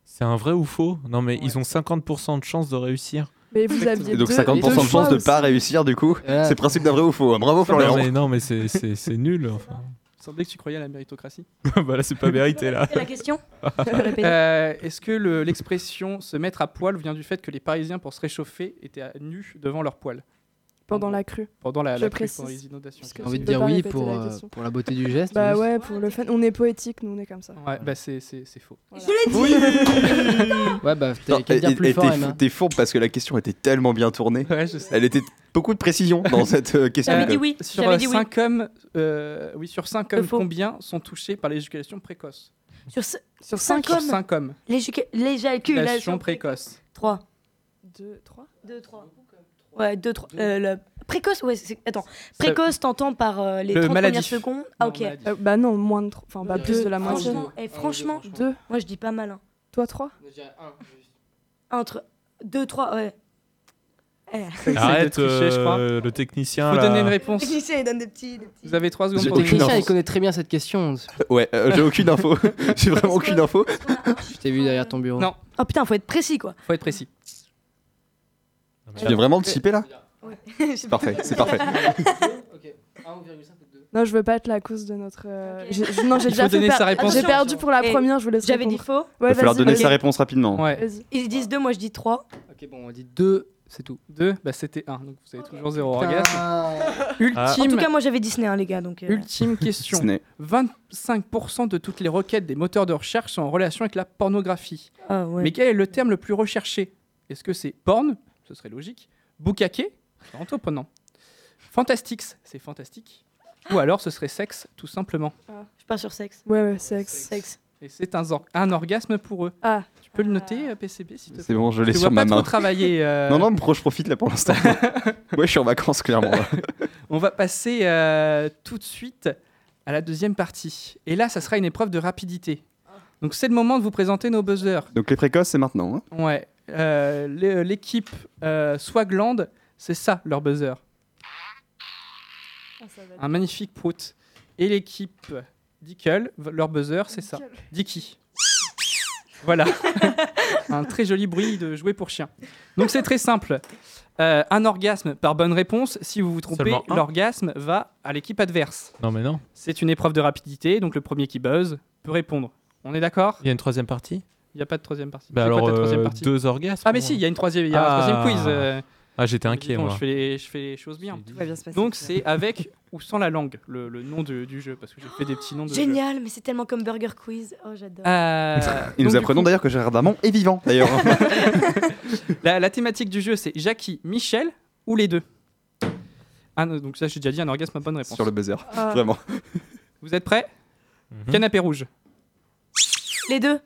S9: C'est un vrai ou faux Non, mais
S1: Ouais.
S9: ils ont 50% de chance de réussir.
S5: mais vous
S1: Exactement.
S5: aviez
S4: Et donc
S5: deux-
S4: 50%
S5: deux
S4: de chance de
S5: choix
S4: pas
S5: aussi.
S4: réussir, du coup.
S3: Voilà.
S4: C'est le principe d'un vrai ou faux. hein. Bravo,
S9: Non,
S4: Florian.
S9: mais, non, mais c'est- c'est c'est nul. Enfin.
S1: Il semblait que tu croyais à la méritocratie.
S9: bah là, c'est pas mérité, là.
S2: C'était la question Je le répète.
S1: Euh, Est-ce que le- l'expression se mettre à poil vient du fait que les Parisiens, pour se réchauffer, étaient à nu devant leur poil
S5: Pendant la crue.
S1: pendant la,
S5: Je
S1: la crue,
S5: précise.
S1: pendant les inondations
S5: Parce
S3: J'ai
S5: que
S1: Ouais,
S3: envie de
S5: tu peux
S3: dire
S5: pas
S3: oui
S5: répéter
S3: pour,
S5: la
S3: euh,
S5: question.
S3: pour la beauté du geste.
S5: Bah
S3: mais-
S5: ouais, pour le fun. On est poétique, nous, on est comme ça.
S1: bah c'est- c'est c'est faux. Ah,
S3: Ouais, bah
S4: Non,
S3: t'avais qu'à le dire
S4: et- et
S3: plus fort,
S4: t'es fou-
S3: Emma.
S4: T'es fourbe parce que la question était tellement bien tournée.
S1: Ouais, je sais.
S4: Elle était beaucoup de précision dans cette euh, question.
S2: J'avais
S1: Euh,
S2: dit oui.
S1: Sur
S2: J'avais dit oui.
S1: 5 hommes, euh, oui, sur cinq
S2: Euh,
S1: hommes,
S2: faux.
S1: combien sont touchés par l'éducation précoce
S2: Sur ce-
S5: Sur
S2: cinq
S5: 5
S1: Sur
S2: hommes.
S1: 5 hommes,
S2: l'éjacu-
S1: l'éducation
S2: l'éjaculation
S1: précoce.
S2: 3.
S5: 2, 3.
S2: 2, 3. Ouais, 2, 3. Précoce, ouais, c'est- attends.
S1: Ça-
S2: Précoce, t'entends par euh, les
S1: Le
S2: 30
S1: maladie.
S2: premières secondes. Ah, ok.
S1: Non, maladie.
S5: bah non, moins de 3. Enfin, pas
S3: Deux.
S5: plus de la moitié.
S2: franchement, eh, franchement,
S5: 2,
S2: moi je dis pas mal. hein.
S5: toi 3
S2: Entre 2, 3, ouais. Eh.
S1: Essaye de
S9: Arrête,
S1: tricher, je crois.
S9: euh, le technicien,
S1: Vous
S9: là.
S1: donnez une réponse.
S2: Technicien, il donne des petits. Des petits.
S1: Vous avez 3 secondes
S4: J'ai
S1: pour donner
S4: aucune
S3: Christian,
S1: une
S4: info.
S3: il
S1: réponse.
S3: connaît très bien cette question.
S4: Ouais, euh, j'ai aucune info. j'ai vraiment aucune info.
S3: Je t'ai vu derrière ton bureau.
S1: Non.
S2: Oh putain, faut être précis quoi.
S1: Faut être précis.
S4: Tu viens vraiment de chiper là
S2: Je sais pas.
S4: Parfait, c'est parfait.
S3: Ah,
S5: Non, je veux pas être la cause de notre. euh,
S2: Ok.
S5: j'ai- je- Non, j'ai
S1: Il faut
S5: déjà fait
S1: donner
S5: per-
S1: sa réponse.
S5: J'ai perdu pour la
S2: Eh,
S5: première, je vous laisse
S2: J'avais dit
S5: répondre.
S2: faux.
S4: Il
S5: Ouais,
S4: va falloir
S5: vas-y.
S4: donner
S5: ok.
S4: sa réponse rapidement.
S1: Ouais.
S5: Vas-y.
S2: Ils disent 2, moi je dis 3.
S3: Ok, bon, on dit deux, c'est tout.
S1: 2, bah c'était 1. Donc vous avez toujours 0 orgasme.
S2: En tout
S1: Ultime,
S2: cas, moi j'avais Disney, hein, les gars. Donc, euh,
S1: ultime question.
S4: Ce n'est-
S1: 25% de toutes les requêtes des moteurs de recherche sont en relation avec la pornographie.
S2: ah, ouais.
S1: Mais quel est le terme le plus recherché Est-ce que c'est porn Ce serait logique. Bukake C'est entreprenant. Fantastics C'est fantastique. Ou alors ce serait sexe, tout simplement.
S2: Je suis pas sur sexe.
S5: Ouais, ouais, sexe.
S2: Euh, Sexe.
S1: Et c'est un, zor- un orgasme pour eux.
S5: Ah.
S1: Tu peux le noter, euh, PCB, s'il te plaît
S4: C'est bon, je l'ai
S1: Je te vois
S4: sur ma
S1: pas trop
S4: main.
S1: travailler. euh,
S4: Non, non, pro, je profite là pour l'instant. ouais, je suis en vacances clairement. là.
S1: On va passer euh, tout de suite à la deuxième partie. Et là, ça sera une épreuve de rapidité. Donc c'est le moment de vous présenter nos buzzers.
S4: Donc les précoces, c'est maintenant. hein.
S1: Ouais. euh, l'é- l'équipe euh, Swagland, c'est ça leur buzzer. Un magnifique prout. Et l'équipe Dickel, v- leur buzzer, c'est ça. Dicky. Voilà. un très joli bruit de jouer pour chien. Donc c'est très simple. Euh, un orgasme par bonne réponse. Si vous vous trompez,
S9: Seulement un
S1: l'orgasme va à l'équipe adverse.
S9: Non, mais non.
S1: C'est une épreuve de rapidité, donc le premier qui buzz peut répondre. On est d'accord
S9: Il y a une troisième partie
S1: Il n'y a pas de troisième partie.
S9: Bah
S1: C'est quoi
S9: alors,
S1: ta troisième
S9: euh,
S1: partie
S9: deux orgasmes,
S1: Ah mais
S9: moi.
S1: si, il y a une troisième, il y a
S9: Ah.
S1: un troisième quiz. euh.
S9: Ah, j'étais
S1: Dis
S9: inquiet,
S1: donc,
S9: moi.
S1: Je fais, les, je fais les choses bien.
S6: Tout va bien se passer.
S1: Donc c'est avec ou sans la langue le, le nom de- du jeu, parce que j'ai fait des petits noms de jeux.
S2: Génial, mais c'est tellement comme Burger Quiz. Oh, j'adore.
S1: Euh,
S4: Et nous
S1: donc, du
S4: apprenons
S1: coup-
S4: d'ailleurs que Gérard Darmon est vivant, d'ailleurs.
S1: la, la thématique du jeu, c'est Jackie, Michel ou les deux Ah non, Donc ça, j'ai déjà dit un orgasme, bonne réponse.
S4: Sur le buzzer,
S2: Ah.
S4: vraiment.
S1: Vous êtes prêts
S9: Mhm.
S1: Canapé rouge.
S2: Les deux.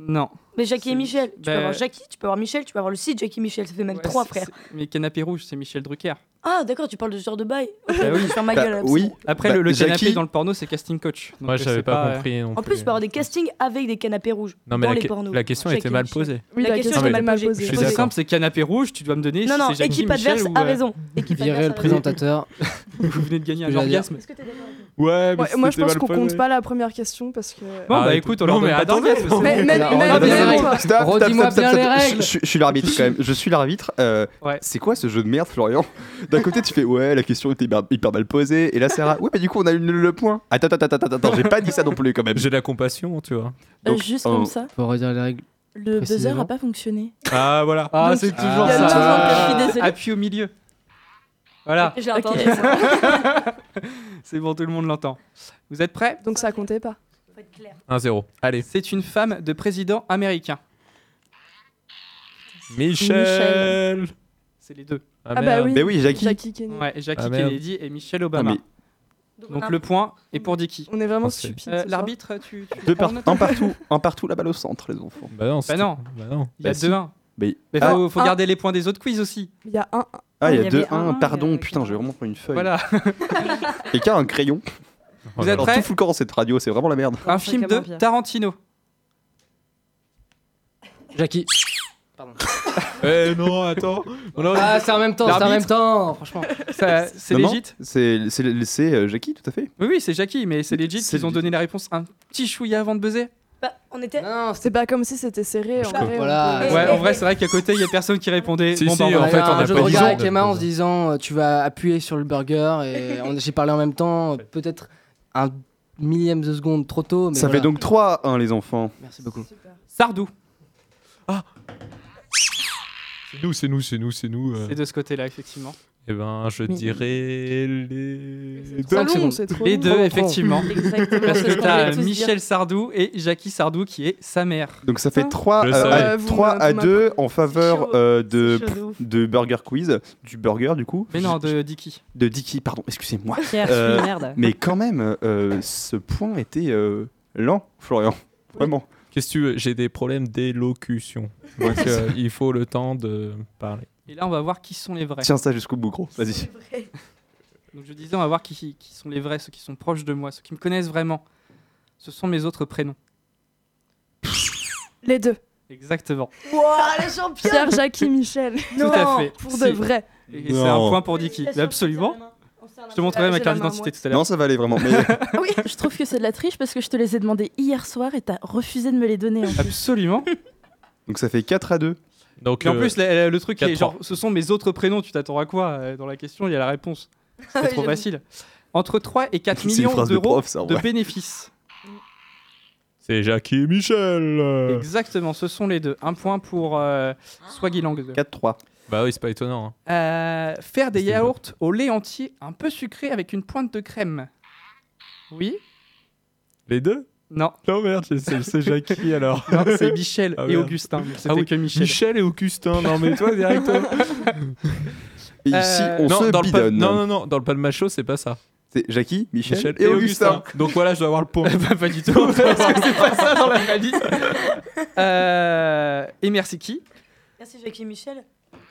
S1: Non.
S2: Mais Jackie et Michel. Tu peux
S1: bah-
S2: avoir Jackie, tu peux avoir Michel, tu peux avoir le site Jackie Michel. Ça fait même
S1: Ouais,
S2: trois
S1: c'est-
S2: frères.
S1: c'est- Mais canapé rouge, c'est Michel Drucker.
S2: Ah, d'accord, tu parles de ce genre de bail. Ok,
S1: Bah
S2: je
S1: oui.
S2: vais faire ma
S4: Bah,
S2: gueule. absolument.
S4: oui.
S1: Après,
S4: Bah,
S1: le, le canapé
S4: Jackie-
S1: dans le porno, c'est casting coach. Donc,
S9: Moi,
S1: euh,
S9: j'avais
S1: c'est
S9: pas,
S1: euh,
S9: compris. Non
S2: En plus, tu peux avoir des castings avec des canapés rouges.
S9: Non, mais
S2: dans
S9: la,
S2: les
S9: que-
S2: pornos.
S9: la question
S2: Jackie
S9: était
S2: et
S9: mal
S2: Michel.
S9: posée.
S5: Oui,
S2: La question était mal posée.
S9: Je suis
S1: C'est
S9: d'accord.
S1: simple, c'est canapé rouge, tu dois me donner
S2: Non,
S1: si
S2: non,
S1: c'est Jackie,
S2: équipe
S1: Michel
S2: adverse
S1: ou,
S2: a
S1: euh,
S2: raison. Équipe
S3: Virer
S2: adverse
S3: le
S2: a raison.
S3: présentateur.
S1: vous venez de gagner un
S3: Je vais dire-
S1: orgasme.
S2: Est-ce que t'es d'accord avec moi
S9: Ouais,
S5: Ouais, moi, je pense qu'on compte pas la première question parce que.
S1: Bon, bah
S9: Arrête.
S1: écoute, on leur
S9: Non,
S1: donne
S9: mais
S1: pas
S9: attendez,
S1: d'orgasme.
S9: non,
S1: c'est
S5: Mais,
S1: bon.
S5: mais-
S3: Alors, on
S5: mais- mais-
S3: a des
S5: mais-
S3: règles.
S4: Stop, stop,
S3: Redis-moi
S4: stop,
S3: bien
S4: stop,
S3: les
S4: stop.
S3: règles.
S4: Je, je- je suis l'arbitre quand même. Je suis l'arbitre. Euh,
S1: Ouais.
S4: C'est quoi ce jeu de merde, Florian D'un côté, tu fais ouais, la question était hyper, hyper mal posée. Et là, Sarah, ouais, mais du coup, on a eu le, le point. Attends, attends, attends, attends, attends, j'ai pas dit ça non plus quand même.
S9: J'ai de la compassion, tu vois.
S7: Euh,
S4: Donc,
S7: juste
S4: euh,
S7: comme ça,
S3: Faut redire les règles.
S7: le buzzer
S3: précisément.
S7: n'a pas fonctionné. Ah.
S9: Ah, voilà.
S1: Ah, c'est toujours
S3: il y
S1: ça. Ah,
S3: a deux
S7: ans que je suis désolée.
S1: Appuie au milieu. Voilà,
S2: Je l'ai entendu.
S7: Ok.
S2: ça.
S1: c'est bon, tout le monde l'entend. Vous êtes prêts
S5: Donc ça comptait pas.
S2: Faut être clair.
S9: 1-0. Allez.
S1: C'est une femme de président américain.
S9: Michel.
S1: C'est les deux.
S5: Ah, bah
S9: merde.
S5: oui.
S4: Mais Ben oui, Jackie.
S5: Jackie Kennedy.
S1: Ouais, Jackie
S9: Ah, merde. Ah,
S1: Kennedy et Michelle
S4: Non,
S1: Obama.
S4: mais
S1: Donc le point est pour Dicky.
S5: On est vraiment
S9: Parfait.
S5: stupide.
S1: Euh, L'arbitre, tu, tu
S4: deux
S1: prends
S4: Ah, par-
S1: note
S4: un partout, un partout, la balle au centre, les enfants.
S9: Bah non. c'était-
S1: non.
S9: Bah non.
S1: Il y a
S4: Bah, si.
S1: 2-1.
S4: Mais-
S1: Mais
S4: ah,
S1: faut, faut
S5: Ah.
S1: garder les points des autres quiz aussi.
S5: Il y a un.
S4: ah, il
S6: il
S4: y
S6: y
S4: a 2-1,
S6: avait un, il y
S4: pardon,
S6: avait
S4: putain, j'ai vraiment pris une feuille.
S1: Voilà.
S4: Et qu'à un crayon.
S9: Oh
S1: Vous
S9: là
S1: êtes
S9: là.
S4: Alors,
S1: prêts
S4: tout fout le camp, cette radio, c'est vraiment la merde.
S1: Un film
S6: Chacun
S1: de
S6: vampire.
S1: Tarantino.
S3: Jackie.
S9: Eh non, attends. Non, non,
S3: Ah, c'est en même temps, c'est en
S1: L'arbitre.
S3: même temps, franchement.
S1: Ça, C'est
S4: Non, non,
S1: legit
S4: C'est c'est- c'est, euh, Jackie, tout à fait.
S1: Oui, oui, c'est Jackie, mais c'est legit.
S4: C'est
S1: Ils ont
S4: legit.
S1: donné la réponse un petit chouïa avant de buzzer.
S2: Bah, on était.
S3: Non,
S5: C'est pas comme si c'était serré. en
S3: Ah,
S9: crois-
S5: vrai, on
S3: Voilà.
S5: peut-
S2: Eh,
S1: Ouais,
S2: eh,
S1: en vrai,
S2: eh.
S1: c'est vrai qu'à côté, il y a personne qui répondait.
S9: Si, si,
S1: bah,
S9: en
S1: voilà.
S9: fait, on
S3: on
S9: a
S3: a Je
S9: pas dit
S3: regarde
S9: non,
S3: avec
S9: de
S3: Emma en
S9: buzzer.
S3: se disant euh, tu vas appuyer sur le burger et on- j'ai parlé en même temps, euh, peut-être un millième de seconde trop tôt. Mais
S4: Ça
S3: voilà.
S4: fait donc 3-1, les enfants.
S3: Merci beaucoup.
S1: Sardou,
S9: C'est nous, c'est nous, c'est nous, c'est nous. euh.
S1: c'est de ce côté-là, effectivement.
S9: Eh ben, je
S5: Mais-
S9: dirais les.
S5: C'est
S3: Cinq
S5: trop long,
S3: secondes.
S5: c'est trop
S1: Les
S5: long.
S1: deux, effectivement.
S7: Exactement.
S1: Parce
S7: c'est
S1: que
S7: ce qu'on
S1: t'as
S7: voulait tous dire.
S1: Michel Sardou et Jackie Sardou qui est sa mère.
S4: Donc ça fait
S5: Ça
S4: 3,
S9: Je
S4: euh,
S9: savais.
S4: à,
S5: Euh, vous
S4: 3
S5: m'a-
S4: à
S5: vous m'a-
S4: 2 en faveur euh, de,
S2: C'est chaud de ouf.
S4: de Burger Quiz, du burger du coup,
S1: Mais non, de Dicky.
S4: de Dicky, pardon, excusez-moi.
S6: Pierre, je
S4: Euh,
S6: suis une merde.
S4: Mais quand même, euh, ce point était euh, lent, Florian. Vraiment.
S9: Qu'est-ce que tu veux J'ai des problèmes d'élocution. Donc, euh, il faut le temps de parler.
S1: Et là, on va voir qui sont les vrais.
S4: Tiens ça jusqu'au bout, gros. Vas-y.
S1: Donc je disais, on va voir qui, qui sont les vrais, ceux qui sont proches de moi, ceux qui me connaissent vraiment. Ce sont mes autres prénoms.
S5: Les deux.
S1: Exactement.
S2: Wouah, les champions
S5: Pierre, Jackie, Michel.
S1: Tout à fait.
S5: Pour
S1: Si.
S5: de vrai.
S1: Et c'est un
S4: Non.
S1: point pour Dicky. Absolument. Je te montrerai ma carte d'identité tout à l'heure.
S4: Non, ça va aller vraiment. Mais
S7: Oui, je trouve que c'est de la triche parce que je te les ai demandés hier soir et t'as refusé de me les donner. en plus.
S1: Absolument.
S4: Donc ça fait 4 à 2.
S9: Donc,
S1: Et en
S9: euh,
S1: plus, la- la- le truc est
S9: quatre,
S1: genre, ce sont mes autres prénoms, tu t'attends à quoi euh, Dans la question, il y a la réponse. C'est trop facile. Entre 3 et 4
S4: C'est une
S1: millions
S4: phrase de
S1: d'euros
S4: prof, ça, en
S1: de
S4: vrai.
S1: bénéfices.
S9: c'est Jackie et
S4: Euh.
S9: Michel.
S1: Exactement, ce sont les deux. Un point pour euh,
S5: Ah.
S1: Swagilang.
S4: 4-3.
S9: Bah oui, c'est pas étonnant. hein.
S1: Euh, faire des
S9: C'est déjà-
S1: yaourts au lait entier un peu sucré avec une pointe de crème. Oui
S9: Les deux
S1: Non,
S9: Non, merde, c'est- c'est c'est Jackie alors.
S1: non, c'est Michel
S9: Ah
S1: et
S9: merde.
S1: Augustin. donc C'était
S9: Ah oui,
S1: que Michel.
S9: Michel et Augustin, non mais toi direct.
S4: Et
S1: Euh,
S4: ici, on
S9: non,
S4: se
S9: dans le pal-
S4: bidonne.
S9: non, non, non, dans le palma chaud, c'est pas ça.
S4: C'est Jackie, Michel,
S9: Michel
S4: et, Augustin.
S9: Donc voilà, je dois avoir le point.
S1: Bah, pas du tout, parce que c'est pas ça dans la réalité. Euh, et merci qui
S2: Merci Jackie Michel.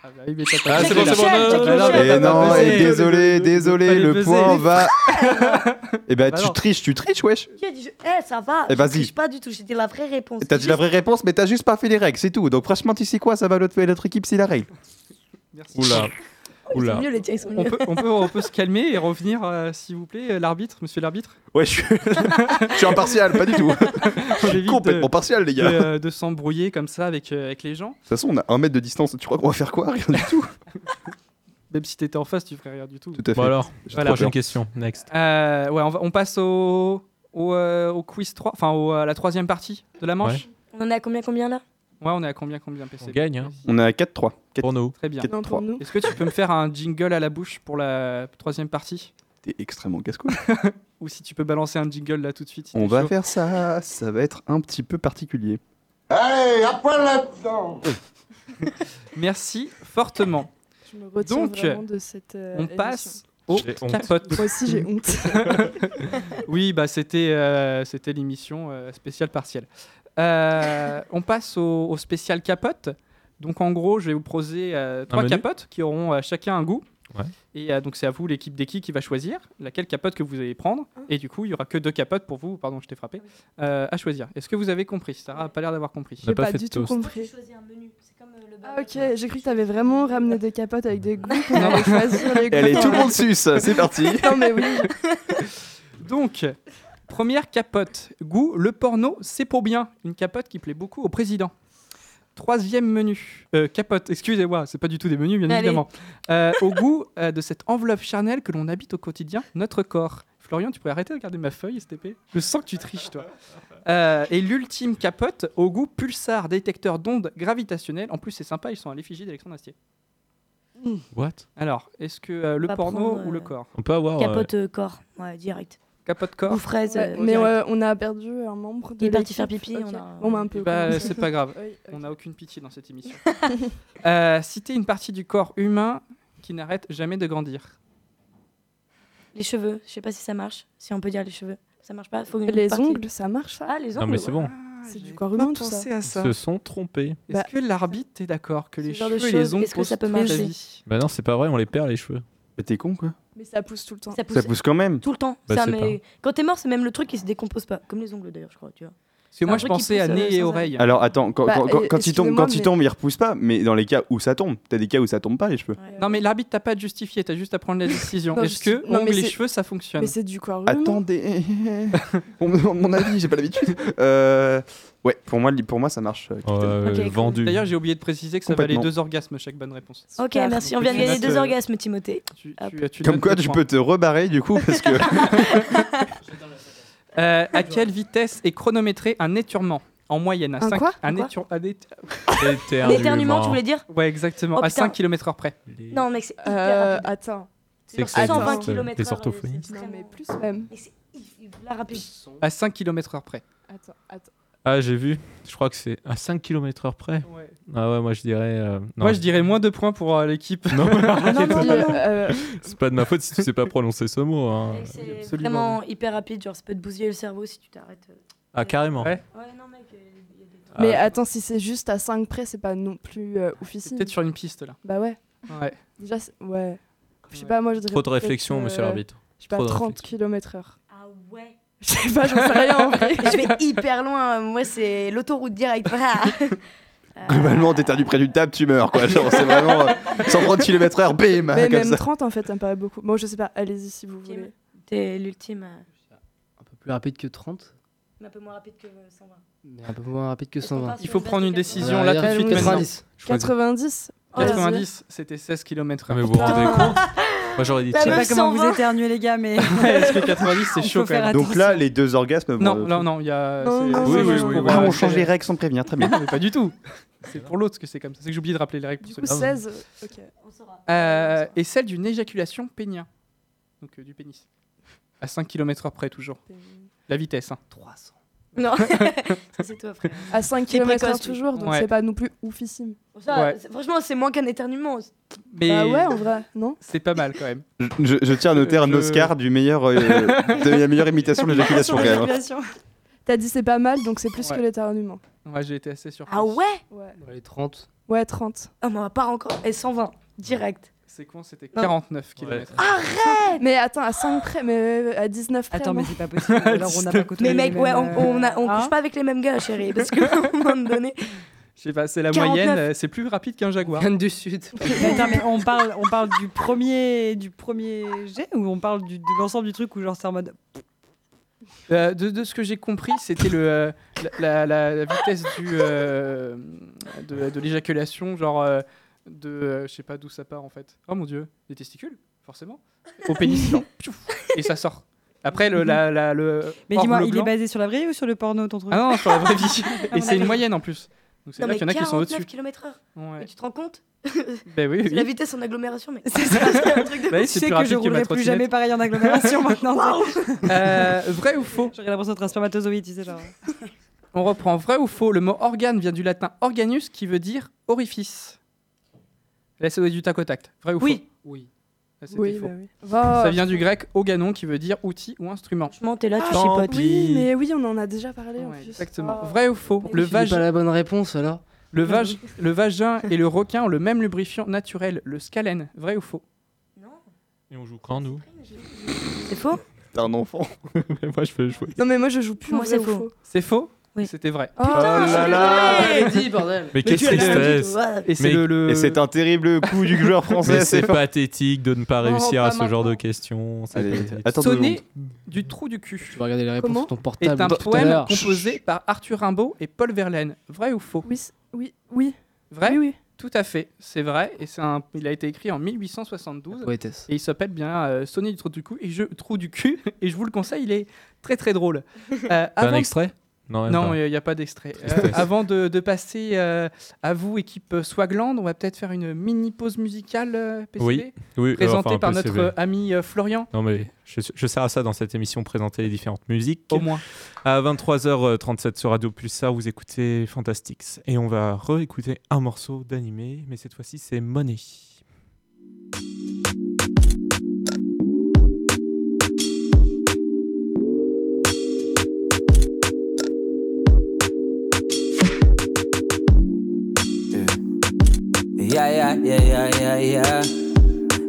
S1: Ah bah oui, mais t'as
S4: Ah,
S1: pas
S4: c'est
S1: buzzé,
S4: bon,
S1: là.
S4: c'est bon,
S1: T'as
S4: non,
S1: pas buzzé,
S4: non, non,
S1: t'as
S4: et
S1: pas
S4: non,
S1: buzzé.
S4: et désolé, désolé,
S1: Fallait
S4: le
S1: buzzer.
S4: point va- Eh ben,
S1: Bah
S4: tu
S1: non.
S4: triches, tu triches, wesh.
S2: Qui a dit je- Eh, ça va
S4: Eh,
S2: je
S4: vas-y.
S2: triche pas du tout, c'était la vraie réponse.
S4: T'as dit la vraie réponse, mais t'as juste pas fait les règles, c'est tout. Donc, franchement, tu sais quoi, ça va l'autre l'autre équipe, c'est la règle.
S9: Oula.
S2: Oula. mieux, les tiens, ils sont
S1: On
S2: mieux.
S1: peut, on, peut, on peut se calmer et revenir, euh, s'il vous plaît, euh, l'arbitre, monsieur l'arbitre
S4: Ouais, je suis, je suis impartial, pas du tout.
S1: On évite de-
S4: Complètement partial, les
S1: de,
S4: gars.
S1: euh, de s'embrouiller comme ça avec, euh, avec les gens.
S4: De toute façon, on a un mètre de distance. Tu crois qu'on va faire quoi Rien du tout.
S1: Même si t'étais en face, tu ferais rien du tout.
S4: Tout à fait.
S9: Bon alors,
S4: J'ai
S1: Voilà.
S4: trop peur.
S9: prochaine question, next.
S1: Euh, ouais, on, va- on passe au, au, euh, au quiz 3, enfin au, euh, à la troisième partie de la manche.
S2: On en a combien, combien là
S1: Ouais, on est à combien, combien PC
S9: On gagne, hein.
S4: On est à 4-3. Quatre-
S9: Pour nous.
S1: Très bien.
S4: Quatre,
S5: Non,
S4: trois.
S5: pour nous.
S1: Est-ce que tu peux me faire un jingle à la bouche pour la troisième partie
S4: T'es extrêmement casse-couille.
S1: Ou si tu peux balancer un jingle là tout de suite si
S4: On
S1: t'es
S4: va
S1: chaud.
S4: faire ça. Ça va être un petit peu particulier.
S11: Hey, après là-dedans
S1: Merci fortement.
S5: Je me retiens
S1: Donc,
S5: vraiment de cette. euh,
S1: On
S5: émission.
S1: passe au
S9: J'ai honte.
S1: capote.
S5: Moi aussi, j'ai honte.
S1: Oui, bah c'était euh, c'était l'émission euh, spéciale partielle. Euh, on passe au, au spécial capote. Donc en gros, je vais vous proposer euh, trois
S9: menu
S1: capotes qui auront euh, chacun un goût.
S9: Ouais.
S1: Et euh, donc c'est à vous l'équipe d'équipe qui va choisir laquelle capote que vous allez prendre.
S5: Ah.
S1: Et du coup, il y aura que deux capotes pour vous. Pardon, je t'ai frappé. euh, à choisir. Est-ce que vous avez compris Sarah a pas l'air d'avoir compris.
S9: On n'a
S5: J'ai
S9: pas
S5: pas
S9: fait de
S5: du tout
S9: toast.
S5: compris.
S2: choisis un menu, c'est comme le
S5: Ah, ok, j'ai cru que t'avais vraiment ramené des capotes avec des goûts. qu'on allait choisir les goûts.
S4: Allez, tout le monde suce. C'est parti.
S5: Non, mais oui.
S1: Donc première capote goût le porno c'est pour bien une capote qui plaît beaucoup au président. Troisième menu Euh, capote excusez-moi c'est pas du tout des menus bien
S2: Allez.
S1: évidemment. Euh, au goût euh, de cette enveloppe charnelle que l'on habite au quotidien notre corps. Florian tu pourrais arrêter de regarder ma feuille STP Je sens que tu triches toi. Euh, et l'ultime capote au goût pulsar détecteur d'ondes gravitationnelles en plus c'est sympa ils sont à l'effigie d'Alexandre Astier.
S9: What
S1: Alors est-ce que euh, le
S2: va
S1: porno
S2: prendre,
S1: ou le
S2: euh,
S1: corps
S9: On peut avoir. euh,
S2: Capote euh, corps, ouais, direct.
S1: Capote corps
S2: Ou fraise.
S5: Ouais,
S2: euh,
S5: mais
S2: direct.
S5: ouais, on a perdu un membre de
S2: Il est
S5: l'équipe.
S2: parti faire pipi,
S5: Ok.
S2: on a-
S5: Bon, bah, un peu.
S1: Bah,
S5: commencé.
S1: c'est pas grave.
S5: Oui, ok.
S1: On n'a aucune pitié dans cette émission. Euh, citer une partie du corps humain qui n'arrête jamais de grandir.
S2: Les cheveux, je sais pas si ça marche, si on peut dire les cheveux. Ça marche pas faut une
S5: Les
S2: partie.
S5: ongles, ça marche ça
S2: Ah, les
S9: Non
S2: ongles. Ah,
S9: mais c'est bon,
S5: C'est du
S1: J'ai
S5: corps
S1: pas
S5: humain, tout
S1: pensé à
S9: ils
S1: ça.
S9: se sont trompés.
S1: Est-ce
S5: Bah,
S1: que l'arbitre est d'accord que
S5: ce
S1: les
S5: genre
S1: cheveux
S5: de
S1: et
S5: choses,
S1: les ongles
S2: est-ce que ça
S1: poussent
S2: peut
S1: toute la
S2: marcher
S1: vie
S9: Bah non, c'est pas vrai, on les perd les cheveux.
S4: Mais T'es con, quoi.
S5: Mais ça pousse tout le temps.
S2: Ça pousse,
S4: Ça pousse quand même.
S2: tout le temps.
S9: Bah,
S2: ça,
S9: c'est
S2: mais... Quand t'es mort, c'est même le truc qui se décompose pas. Comme les ongles d'ailleurs, je crois. Tu vois.
S1: Parce que moi,
S2: un
S1: je
S2: truc qui
S1: pensais à
S2: pousse, euh,
S1: nez et
S2: sans
S1: oreille.
S4: Alors attends, quand,
S5: Bah,
S4: quand- quand-
S5: euh,
S4: quand il tombe, quand il
S5: excusez-moi,
S4: tombe, il repousse pas, mais dans les cas où ça tombe, t'as des cas où ça tombe pas les cheveux.
S1: Non, mais l'arbitre t'a pas justifié, t'as juste à prendre la décision.
S5: Non,
S1: Est-ce
S5: je-
S1: que
S5: non, mais
S1: ongles et
S5: c'est-
S1: cheveux, ça fonctionne
S5: Mais c'est du corps humain.
S4: Attendez, on me demande mon avis, j'ai pas l'habitude. Euh, ouais, pour moi, li- pour moi, ça marche. euh, Capitaine.
S9: Euh,
S2: Ok, cool.
S9: vendu.
S1: D'ailleurs, j'ai oublié de préciser que ça valait
S4: Complètement.
S1: deux orgasmes chaque bonne réponse.
S2: Ok,
S5: Super.
S2: merci.
S1: Donc,
S2: On vient de
S1: tu
S2: gagner
S1: notes,
S2: deux
S1: euh,
S2: orgasmes, Timothée.
S1: Tu-
S2: Hop.
S1: tu- tu
S4: Comme
S1: notes
S4: quoi,
S1: deux
S4: tu
S1: points.
S4: peux te rebarrer du coup parce que
S1: Euh, à quelle vitesse est chronométré un éturement En moyenne, à
S5: Un
S1: 5
S5: quoi
S1: un
S2: Un quoi
S1: étur- un étu-
S2: L'éternuement, tu voulais dire
S1: Ouais, exactement,
S2: Oh,
S1: à
S2: putain.
S1: 5 km heure près.
S2: Non, mec, c'est hyper
S5: Euh,
S2: rapide.
S5: attends.
S9: C'est que
S5: c'est
S2: 120
S5: des
S2: km/h.
S9: des orthophonistes.
S5: Non, mais plus même.
S2: Mais c'est hyper rapide.
S1: À 5 km heure près.
S5: Attends, attends.
S9: Ah, j'ai vu. Je crois que c'est à 5 km/h près. Ah ouais, moi je dirais. euh, non.
S1: Moi, je dirais moins de points pour euh, l'équipe.
S9: Non,
S5: Ah, non, non, non, non. Euh,
S9: c'est pas de ma faute si tu sais pas prononcer ce mot. hein.
S2: Mec, C'est
S1: absolument.
S2: vraiment hyper rapide. Genre, ça peut te bousiller le cerveau si tu t'arrêtes. euh.
S9: Ah, carrément.
S1: Ouais.
S2: Ouais, non, mec, il y a des temps.
S5: Mais attends, si c'est juste à 5 près, c'est pas non plus euh,
S1: Ah. C'est
S5: officiel.
S1: peut-être sur une piste là.
S5: Bah ouais.
S1: Ouais.
S5: Déjà, c'est- ouais. Je sais
S1: Ouais.
S5: pas, moi je dirais.
S9: Trop de
S5: peut-être,
S9: réflexion, monsieur
S5: euh,
S9: l'arbitre.
S5: Je sais pas,
S9: Trop de
S5: 30
S9: réflexion.
S5: km/h.
S2: Ah ouais.
S5: Je sais pas, j'en sais rien en vrai.
S2: Je vais hyper loin. euh, Moi, c'est l'autoroute directe. Euh,
S4: globalement, t'éternues près d'une table, tu meurs quoi. Genre, c'est vraiment euh, 130 km/h, bim,
S5: Mais
S4: comme
S5: même
S4: ça.
S5: 30 en fait, ça me paraît beaucoup. Bon, je sais pas, allez-y si vous
S2: Kim.
S5: voulez.
S2: T'es l'ultime. euh,
S3: Un peu plus rapide que 30,
S2: Mais un peu moins rapide que euh, 120.
S3: mais un peu moins rapide que
S2: Est-ce qu'on
S3: 120.
S2: part
S1: Il
S2: sur
S1: faut
S2: base
S1: prendre
S2: de
S1: une
S2: 80?
S1: décision
S3: Ouais,
S1: là
S3: allez,
S1: tout de
S5: allez,
S1: suite
S5: oui.
S1: maintenant.
S3: 90.
S9: Je crois que-
S5: 90
S2: Oh,
S5: Quatre-vingts.
S1: 90, c'était 16 km
S9: Ah, mais vous vous rendez
S5: Putain.
S9: compte Moi j'aurais dit
S2: La
S6: Je sais
S2: meuf
S6: pas comment vous
S2: 120.
S6: éternuez les gars, mais
S1: Est-ce que 90 c'est
S6: Il
S1: chaud
S6: faut
S1: quand
S6: faire
S1: même
S4: Donc là, les deux orgasmes.
S1: Non,
S4: vont- euh,
S1: non, non, il y a.
S5: Non,
S1: Euh, c'est-
S5: non,
S1: c'est
S5: non,
S1: juste
S5: non,
S1: pour,
S5: non.
S1: euh,
S4: Ah, on change les
S1: faire-
S4: règles sans prévenir, très bien.
S1: Mais pas du tout. C'est pour l'autre que c'est comme ça. C'est que j'ai oublié de rappeler les règles pour
S5: Du coup,
S1: celui-là.
S5: 16. Ok.
S2: On saura.
S1: Euh, et celle d'une éjaculation pénia. Donc euh, du pénis. À 5 km heure près toujours. La vitesse. hein.
S3: 300.
S2: Non, Ça, c'est toi, frère.
S5: À 5
S2: T'es
S5: km/h
S2: précoce, lui.
S5: toujours, donc
S1: Ouais.
S5: c'est pas non plus oufissime.
S2: Bon, ça, va,
S1: Ouais.
S2: c'est- Franchement, c'est moins qu'un éternuement.
S1: Mais
S5: Bah ouais, en vrai, non
S1: c'est pas mal quand même.
S4: Je, je- je tiens à noter
S1: Euh,
S4: un
S1: je-
S4: Oscar du meilleur, euh, de la meilleure imitation de l'éjaculation quand même. hein.
S5: T'as dit c'est pas mal, donc c'est plus
S1: Ouais.
S5: que l'éternuement.
S1: Ouais, j'ai été assez surpris.
S2: Ah ouais
S5: Ouais.
S3: Allez, 30.
S5: Ouais, 30.
S2: Ah, mais on va pas encore. Et 120, direct.
S1: C'est con, c'était
S2: Non. Ah,
S1: 49 km.
S5: Arrête Mais attends, à 5 près, mais euh, à 19 près.
S6: Attends, mais
S5: moi.
S6: c'est pas possible. Alors, on n'a pas côtoyé.
S2: Mais mec,
S6: les
S2: ouais,
S6: mêmes,
S2: on, on,
S6: euh,
S2: a- on
S6: hein
S5: Ah.
S2: couche pas avec les mêmes gars, chérie. Parce qu'à un moment donné.
S1: Je sais pas, c'est la
S2: 49.
S1: moyenne, euh, c'est plus rapide qu'un jaguar.
S3: Cannes du Sud.
S6: Mais attends, mais on parle, on parle du premier, du premier jet ou on parle du, de l'ensemble du truc où genre c'est en mode.
S1: Euh, de, de ce que j'ai compris, c'était le euh, la, la- la vitesse du euh, de, de l'éjaculation, genre euh, de euh, je sais pas d'où ça part en fait. Oh mon dieu, des testicules, forcément. Au pénis, genre, piouf, et ça sort. Après le la, la- le.
S6: Mais
S1: hors
S6: dis-moi,
S1: le
S6: il est
S1: blanc-
S6: basé sur la vraie ou sur le porno ton truc
S1: Ah non, sur la vraie vie.
S6: Ah,
S1: Et
S6: on
S1: c'est une
S6: avait-
S1: moyenne en plus. Donc c'est
S2: Non,
S1: là
S2: mais
S1: qu'il y en a qui sont
S2: 49
S1: au-dessus.
S2: km/h. Mais
S1: Ouais.
S2: tu te rends compte
S1: Ben oui, oui.
S2: C'est la vitesse en agglomération, mais.
S6: C'est ça, c'est un truc de
S1: Bah oui, c'est
S6: fou. Je sais
S1: plus
S6: que je
S1: rapide que ma
S6: roulerai plus
S1: trottinette.
S6: jamais pareil en agglomération maintenant.
S1: Euh, vrai ou faux
S6: J'aurais l'impression d'être un spermatozoïde, tu sais genre.
S1: On reprend vrai ou faux. Le mot organe vient du latin organus qui veut dire orifice. Là, ça doit être du tac au tact. Vrai ou
S6: Oui.
S1: faux Oui. Là, c'était
S5: Oui,
S1: faux.
S5: bah oui. Va-
S1: Ça vient du grec organon qui veut dire outil ou instrument.
S2: Franchement, t'es là, tu
S9: Tant
S2: chipotes.
S5: Ah, Oui,
S9: pis.
S5: mais oui, on en a déjà parlé en
S1: Ouais,
S5: plus.
S1: exactement.
S5: Ah.
S1: Vrai ou faux le,
S3: Je dis
S1: vagin-
S3: pas la bonne réponse alors.
S1: le, vag- le vagin et le requin ont le même lubrifiant naturel, le scalène. Vrai ou faux
S9: Et on joue quand, nous
S2: C'est faux
S4: T'es un enfant.
S9: Mais Moi, je peux jouer.
S5: Non, mais moi je joue plus. en
S2: Moi,
S5: vrai
S2: c'est
S5: ou
S2: faux.
S1: C'est faux
S2: Oui.
S1: C'était vrai.
S5: Oh là
S3: Allez, dis, bordel.
S9: Mais qu'est-ce
S1: as
S9: que
S1: la
S9: c'est
S1: Et c'est
S9: Mais-
S1: le, le-
S4: Et c'est un terrible coup du joueur
S9: Mais
S4: français.
S9: c'est
S4: C'est fort.
S9: pathétique de ne pas
S1: Non,
S9: réussir
S1: pas
S9: à ce genre de
S1: maintenant.
S9: questions. c'est
S4: Allez,
S9: pathétique.
S4: attends deux
S1: sonner
S4: secondes.
S1: du trou du cul
S3: Tu vas regarder les réponses
S5: Comment
S3: sur ton
S1: est
S3: portable
S1: un
S3: tout à
S1: poème
S3: l'heure.
S1: composé par Arthur Rimbaud et Paul Verlaine. Vrai ou faux
S5: Oui, c'est- oui, oui.
S1: Vrai
S5: Oui, oui.
S1: Tout à fait, c'est vrai, et c'est un... il a été écrit en 1872,
S3: Poétesse.
S1: et il s'appelle bien euh, Sonnet du trou du cul, et je... trou du cul, et je vous le conseille, il est très très drôle. Euh,
S9: T'as un
S1: avant-
S9: extrait Non, même
S1: Non,
S9: pas.
S1: il n'y a pas d'extrait. Euh, avant de, de passer euh, à vous, équipe euh, Swagland, on va peut-être faire une mini pause musicale, euh, PCB,
S9: Oui, oui,
S1: présentée
S9: enfin, un
S1: par
S9: peu, c'est
S1: notre
S9: vrai.
S1: euh, ami euh, Florian,
S9: Non, mais je, je sers à ça dans cette émission, présenter les différentes musiques.
S1: au moins.
S9: À 23h37 sur Radio Pulsar, vous écoutez Fantastics. Et on va réécouter un morceau d'animé, mais cette fois-ci, c'est Money.
S13: Yeah, yeah, yeah, yeah, yeah, yeah.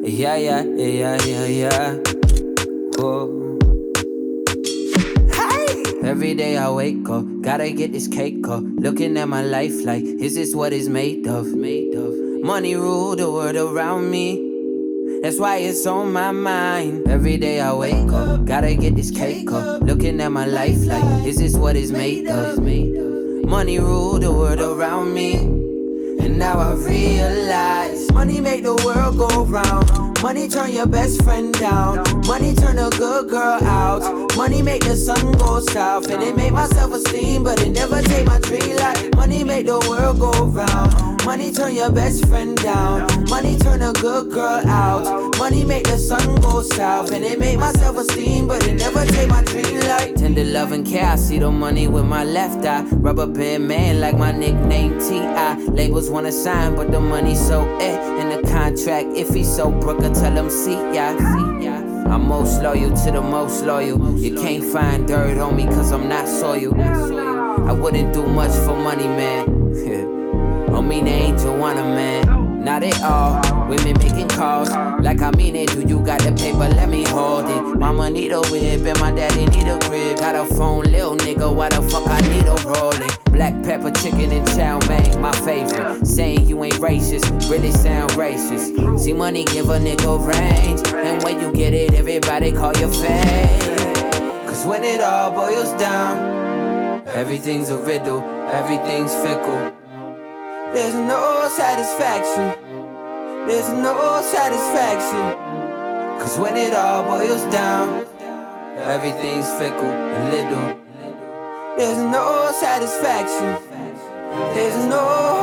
S13: Yeah, yeah, yeah, yeah, yeah, yeah. Whoa. Every day I wake up, gotta get this cake up. Looking at my life like, is this what it's made of? Made of. Money rule the world around me. That's why it's on my mind. Every day I wake up, gotta get this cake up. Looking at my life like, is this what it's made of? Made of. Money rule the world around me. And now I realize money make the world go round. Money turn your best friend down. Money turn a good girl out. Money make the sun go south. And it made my self esteem, but it never take my dream life. Money make the world go round. Money turn your best friend down. Money turn a good girl out. Money make the sun go south. And it made my self esteem, but it never take my dream life. Tender love and care. I see the money with my left eye. Rubber band man like my nickname T.I. Labels wanna sign, but the money so eh. And the contract iffy, so Brooker tell them see ya. See ya. I'm most loyal to the most loyal. You can't find dirt on me cause I'm not soil. I wouldn't do much for money, man. I mean, they ain't Joanna, man. Not at all. Women making calls. Like, I mean it. Do you got the paper? Let me hold it. Mama need a whip and my daddy need a crib. Got a phone, little nigga. Why the fuck I need a rolling? Black pepper, chicken, and chow mein. My favorite. Saying you ain't racist. Really sound racist. See, money give a nigga range. And when you get it, everybody call your fame. Cause when it all boils down, everything's a riddle. Everything's fickle. There's no satisfaction. There's no satisfaction. Cause when it all boils down, everything's fickle and little. There's no satisfaction. There's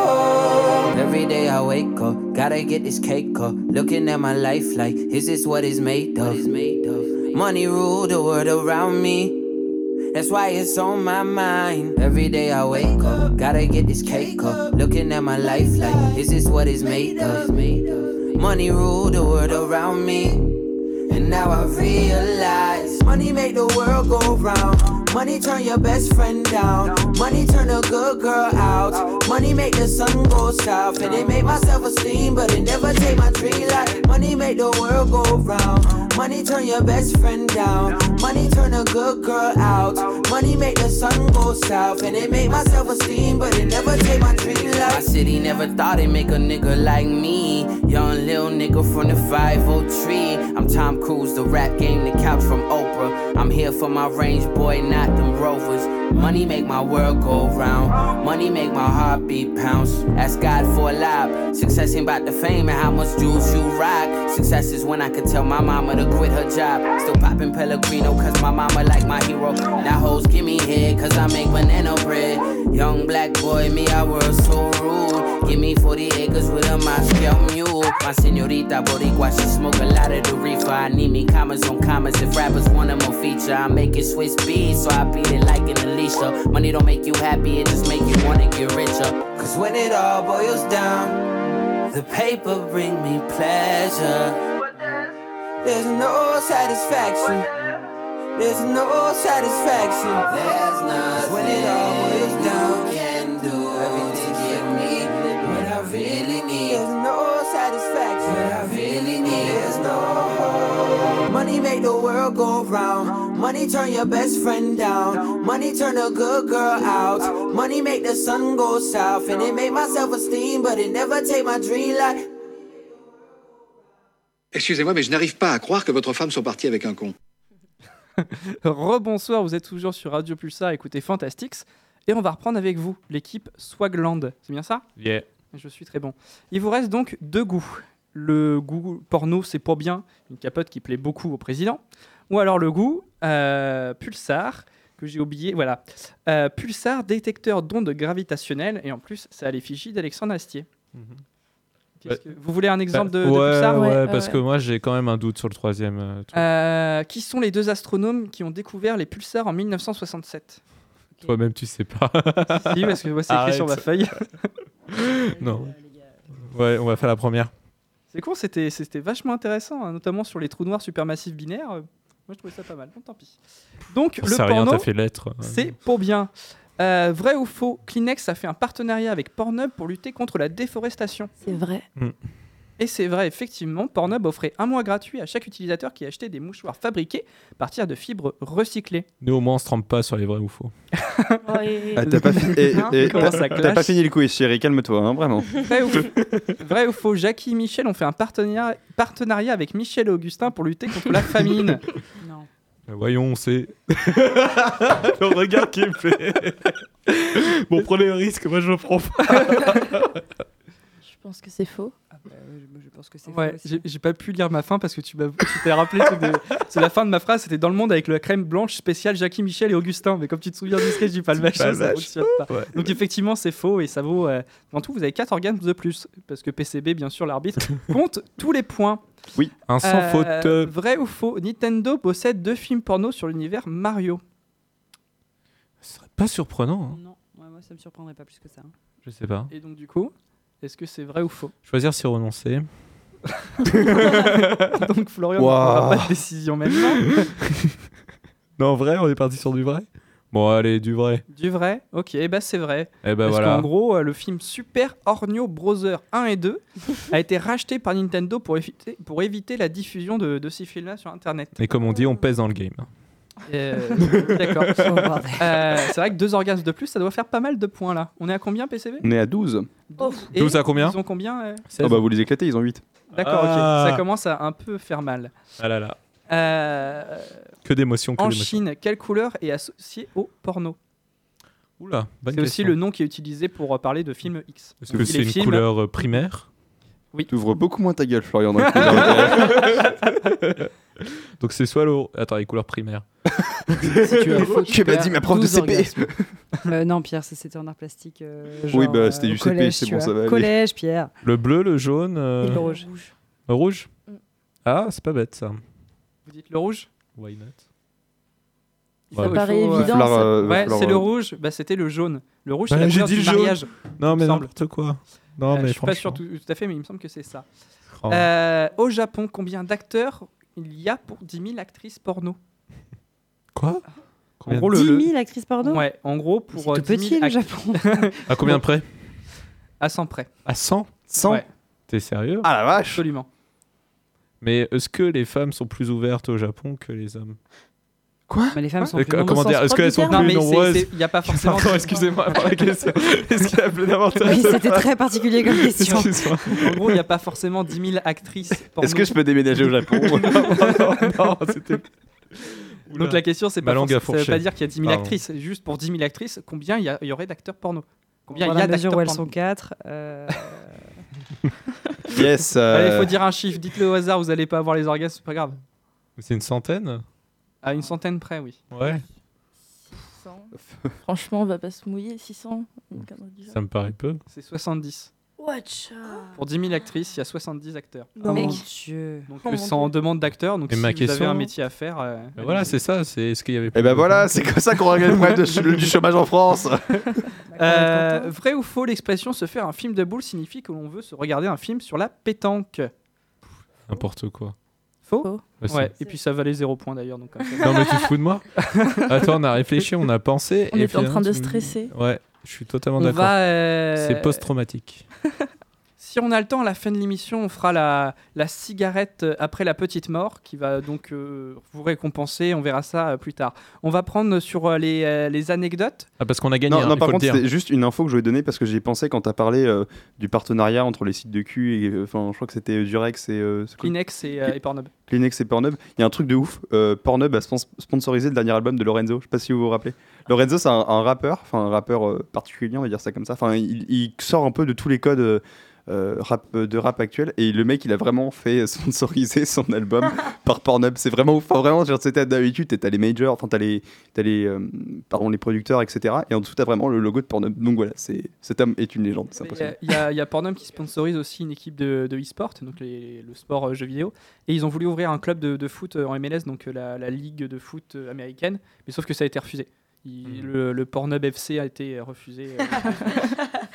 S13: no. Every day I wake up, gotta get this cake up. Looking at my life like, is this what it's made of? Money rule the world around me. That's why it's on my mind. Every day I wake up, gotta get this cake up. Looking at my life like, is this what it's made of? Money rule the world around me. And now I realize money make the world go round.
S14: Money turn your best friend down. Money turn a good girl out. Money make the sun go south. And it made my self esteem, but it never take my dream life. Money make the world go round. Money turn your best friend down. Money turn a good girl out. Money make the sun go south. And it made my self esteem, but it never take my dream life.
S15: My city never thought it'd make a nigga like me. Young lil nigga from the 503. I'm Tom Cruise, the rap game, the couch from Oprah. I'm here for my range boy, not them rovers. Money make my world go round. Money make my heartbeat pounce. Ask God for a lot. Success ain't about the fame and how much jewels you rock. Success is when I could tell my mama to quit her job. Still popping Pellegrino, cause my mama like my hero. Now hoes give me head, cause I make banana bread. Young black boy, me, I was so rude. Give me 40 acres with a Moscow mule. My senorita Boricua, she smoke a lot of the reefer. I need me commas on commas. If rappers want a more feature, I make it Swiss beat, so I beat it like an Alicia. Money don't make you happy, it just make you wanna get richer.
S14: Cause when it all boils down,
S15: The paper bring me pleasure.
S14: there's no satisfaction. There's no satisfaction. There's nothing when it all boils down. You can do everything give me what I really need. There's no satisfaction. What I really need. There's no money make the world go round. Money turn your best friend down. Money turn a good girl out. Money make the sun go south, and it made my self-esteem, but it never take my dream life.
S16: Excusez-moi, mais je n'arrive pas à croire que votre femme soit partie avec un con.
S1: Rebonsoir, vous êtes toujours sur Radio Pulsar, écoutez Fantastics. Et on va reprendre avec vous, l'équipe Swagland. C'est bien ça
S9: Yeah.
S1: Je suis très bon. Il vous reste donc deux goûts. Le goût porno, c'est pas bien, une capote qui plaît beaucoup au président. Ou alors le goût euh, Pulsar, que j'ai oublié, voilà. Euh, pulsar, détecteur d'ondes gravitationnelles, et en plus, c'est à l'effigie d'Alexandre Astier. Qu'est-ce que- Vous voulez un exemple de,
S9: Mhm. Bah,
S1: de
S9: ouais,
S1: Pulsar
S9: ouais, parce que moi j'ai quand même un doute sur le troisième. euh, truc.
S1: Euh, qui sont les deux astronomes qui ont découvert les pulsars en 1967
S9: Toi-même tu sais pas.
S1: Si, parce que moi, c'est écrit sur ma
S9: Ah, Arrête.
S1: feuille.
S9: non. Ouais, on va faire la première.
S1: C'est con, c'était c'était vachement intéressant, hein, notamment sur les trous noirs supermassifs binaires. Euh, Moi, je trouvais ça pas mal. Bon, tant pis. Donc,
S9: J'en
S1: le
S9: sais rien,
S1: porno,
S9: t'as fait lettre.
S1: c'est pour bien. Euh, vrai ou faux, Kleenex a fait un partenariat avec Pornhub pour lutter contre la déforestation.
S7: C'est vrai.
S9: Mm.
S1: Et c'est vrai, effectivement, Pornhub offrait un mois gratuit à chaque utilisateur qui achetait des mouchoirs fabriqués à partir de fibres recyclées.
S9: Nous au moins on se trompe pas sur les vrais ou faux.
S4: Ah, t'as pas, fi- eh,
S1: Hein,
S4: eh, t'as- t'as pas fini le quiz, chérie, calme-toi, hein, vraiment.
S1: Vrai ou, vrai ou faux, Jackie et Michel ont fait un partenariat, partenariat avec Michel et Augustin pour lutter contre la famine.
S9: Bah, voyons, on sait. le regard qui est fait. bon, prenez le risque, moi je le prends pas.
S7: Je pense que c'est faux.
S6: je pense que c'est
S1: Ouais, j'ai j'ai pas pu lire ma fin parce que tu m'as- tu t'es rappelé que de- c'est la fin de ma phrase, c'était dans le monde avec la crème blanche spéciale Jackie Michel et Augustin. Mais comme tu te souviens du sketch du palmachon, ça
S9: Palmachot,
S1: fonctionne pas.
S9: ouais.
S1: Donc effectivement, c'est faux et ça vaut. euh, en tout, vous avez 4 organes de plus parce que PCB, bien sûr, l'arbitre compte tous les points. Euh,
S4: Oui,
S9: un sans faute.
S1: Vrai ou faux Nintendo possède deux films porno sur l'univers Mario.
S9: Pas surprenant, hein.
S6: Non, ouais, moi ça me surprendrait pas plus que ça. hein.
S9: je sais pas.
S1: Et donc du coup, est-ce que c'est vrai ou faux
S9: Choisir si renoncer.
S1: Donc Florian, on n'aura
S9: Waouh.
S1: pas de décision maintenant.
S9: Non, vrai, on est parti sur du vrai Bon, allez, du vrai.
S1: Du vrai Ok, eh ben c'est vrai.
S9: Eh ben
S1: Parce
S9: voilà.
S1: qu'en gros, euh, le film Super Ornio Browser 1 et 2 a été racheté par Nintendo pour éviter, pour éviter la diffusion de, de ces films-là sur Internet.
S9: Et comme on dit, on pèse dans le game.
S1: Euh, D'accord. Euh, c'est vrai que deux orgasmes de plus, ça doit faire pas mal de points là. On est à combien PCB
S4: On est à 12.
S1: Oh. Et
S9: 12 à combien
S1: Ils ont combien euh
S4: Ah bah vous les éclatez, ils ont 8.
S1: D'accord,
S9: Ah.
S1: ok. Ça commence à un peu faire mal.
S9: Ah là là.
S1: Euh,
S9: Que d'émotions, que
S1: En
S9: d'émotions.
S1: Chine, quelle couleur est associée au porno
S9: Oula, bonne
S1: C'est aussi
S9: question.
S1: le nom qui est utilisé pour euh, parler de films X.
S9: Est-ce
S1: Donc,
S9: que
S1: les
S9: c'est une
S1: films-
S9: couleur euh, primaire
S1: Oui.
S4: T'ouvres beaucoup moins ta gueule, Florian. Dans le quiz.
S9: Donc c'est soit l'eau. Attends, les couleurs primaires.
S6: Si tu as faux, tu
S4: Que m'a
S6: perds
S4: dit ma prof de
S6: 12
S4: CP.
S6: orgasmes. Euh, non, Pierre, ça c'était en art plastique. euh,
S9: Oui,
S6: genre,
S9: bah, c'était
S6: euh,
S9: du
S6: au
S9: CP,
S6: collège,
S9: c'est
S6: tu
S9: bon,
S6: vois.
S9: ça va aller.
S6: Collège, Pierre.
S9: Le bleu, le jaune. euh,
S6: Et le rouge.
S9: Le rouge Ah, c'est pas bête ça.
S1: Vous dites le rouge
S9: Ah, Why not
S1: Ça
S9: Ouais.
S1: paraît
S9: Il va
S1: évident.
S9: falloir,
S1: ça.
S9: euh, il va
S1: ouais,
S9: falloir,
S1: c'est
S9: euh,
S1: le rouge. Bah, c'était le jaune. Le rouge, Oh, c'est
S9: Bah,
S1: la
S9: j'ai
S1: couleur
S9: dit
S1: du
S9: le jaune.
S1: mariage.
S9: Non,
S1: il
S9: mais
S1: me semble.
S9: n'importe quoi. Non,
S1: Euh,
S9: mais
S1: je suis pas
S9: franchement.
S1: sûr tout, tout à fait, mais il me semble que c'est ça.
S9: Oh.
S1: Euh, au Japon, combien d'acteurs il y a pour 10 000 actrices porno
S9: Quoi
S1: En gros, le-
S6: 10
S1: le-
S6: 000 actrices porno
S1: Ouais, en gros, pour.
S6: C'est
S1: euh,
S6: tout
S1: 10
S6: petit
S1: 000
S6: le
S1: act-
S6: Japon.
S9: À Ah, combien de près
S1: À 100 près.
S9: À 100
S1: 100 Ouais.
S9: T'es sérieux
S4: Ah la vache
S1: Absolument.
S9: Mais est-ce que les femmes sont plus ouvertes au Japon que les hommes
S1: Quoi Mais les femmes
S9: Euh, co- Comment dire Est-ce qu'elles sont plus nombreuses
S1: Il n'y a pas forcément.
S9: Pardon, excusez-moi pour la question. Est-ce qu'il y a plus d'avantages
S1: Oui, c'était
S6: très particulier comme question.
S9: Excuse-moi.
S1: En gros, il n'y a pas forcément 10 000 actrices.
S4: Est-ce que
S1: porno.
S4: je peux déménager au Japon
S9: Non, c'était.
S1: Donc la question, c'est
S9: Ma
S1: pas
S9: langue a
S1: forcément- ça veut
S9: fourché.
S1: pas dire qu'il y a 10 000
S9: Pardon.
S1: actrices. Juste pour 10 000 actrices, combien il y, a- il y aurait d'acteurs porno Combien
S6: Dans
S1: il y a
S6: la mesure
S1: d'acteurs
S6: où elles
S1: porno
S6: sont euh, 4.
S4: Yes.
S1: Allez,
S4: euh,
S1: faut dire un chiffre. Dites-le au hasard, vous n'allez pas avoir les orgasmes, c'est pas grave.
S9: C'est une centaine
S1: À une centaine près, oui.
S9: Ouais,
S7: 600. Franchement, on va pas se mouiller, 600. une connerie du genre.
S9: ça me paraît peu.
S1: C'est 70.
S7: Watch
S2: euh,
S1: Pour 10 000 actrices, il y a 70 acteurs.
S6: Non. Mec.
S1: Donc
S6: Oh
S1: euh,
S6: mon
S1: sans demande d'acteurs, donc
S9: Et
S1: si
S9: ma
S1: vous avez
S9: question-
S1: un métier à faire. euh,
S9: Ben voilà, c'est ça, c'est ce qu'il y avait.
S4: Eh ben voilà, c'est comme ça qu'on règle le problème de ch- du chômage en France.
S1: Euh, vrai ou faux, l'expression se faire un film de boule signifie que l'on veut se regarder un film sur la pétanque.
S9: N'importe quoi.
S1: Faux,
S9: Bah, c'est-
S1: Ouais, et puis ça valait 0 points d'ailleurs. Donc, comme ça.
S9: Non, mais tu te fous de moi Attends, on a réfléchi, on a pensé.
S7: On
S9: et
S7: était en
S9: finalement,
S7: train de
S9: tu me dis-
S7: stresser.
S9: Ouais, je suis totalement
S1: On
S9: d'accord.
S1: va, euh,
S9: C'est post-traumatique.
S1: Si on a le temps, à la fin de l'émission, on fera la, la cigarette euh, après la petite mort qui va donc euh, vous récompenser. On verra ça euh, plus tard. On va prendre sur euh, les, euh, les anecdotes.
S9: Ah, parce qu'on a gagné.
S4: Non,
S9: hein,
S4: non,
S9: il
S4: par
S9: faut le
S4: contre,
S9: dire.
S4: c'était juste une info que je voulais donner parce que j'y pensais quand t'as parlé euh, du partenariat entre les sites de cul et. euh, Enfin, je crois que c'était euh, Durex et. euh, c'est quoi
S1: Kleenex et, euh, et Pornhub.
S4: Kleenex et Pornhub. Il y a un truc de ouf. euh, Pornhub a spons- sponsorisé le dernier album de Lorenzo. Je sais pas si vous vous rappelez. Lorenzo, c'est un, un rappeur, enfin un rappeur euh, particulier, on va dire ça comme ça. Enfin, il, il sort un peu de tous les codes. euh, euh, rap, euh, de rap actuel et le mec il a vraiment fait euh, sponsoriser son album par Pornhub c'est vraiment ouf enfin, vraiment genre c'était d'habitude t'as- t'as les majors enfin t'as les t'as les euh, pardon les producteurs etc et en dessous t'as vraiment le logo de Pornhub donc voilà c'est cet homme est une légende c'est
S1: Il y
S4: impressionnant
S1: a- il y, a- il y a Pornhub qui sponsorise aussi une équipe de, de e-sport, donc les- le sport euh, jeux vidéo. Et ils ont voulu ouvrir un club de, de foot euh, en MLS, donc euh, la, la ligue de foot euh, américaine, mais sauf que ça a été refusé.
S4: Hmm.
S1: Il- le, le Pornhub FC a été euh, refusé. euh,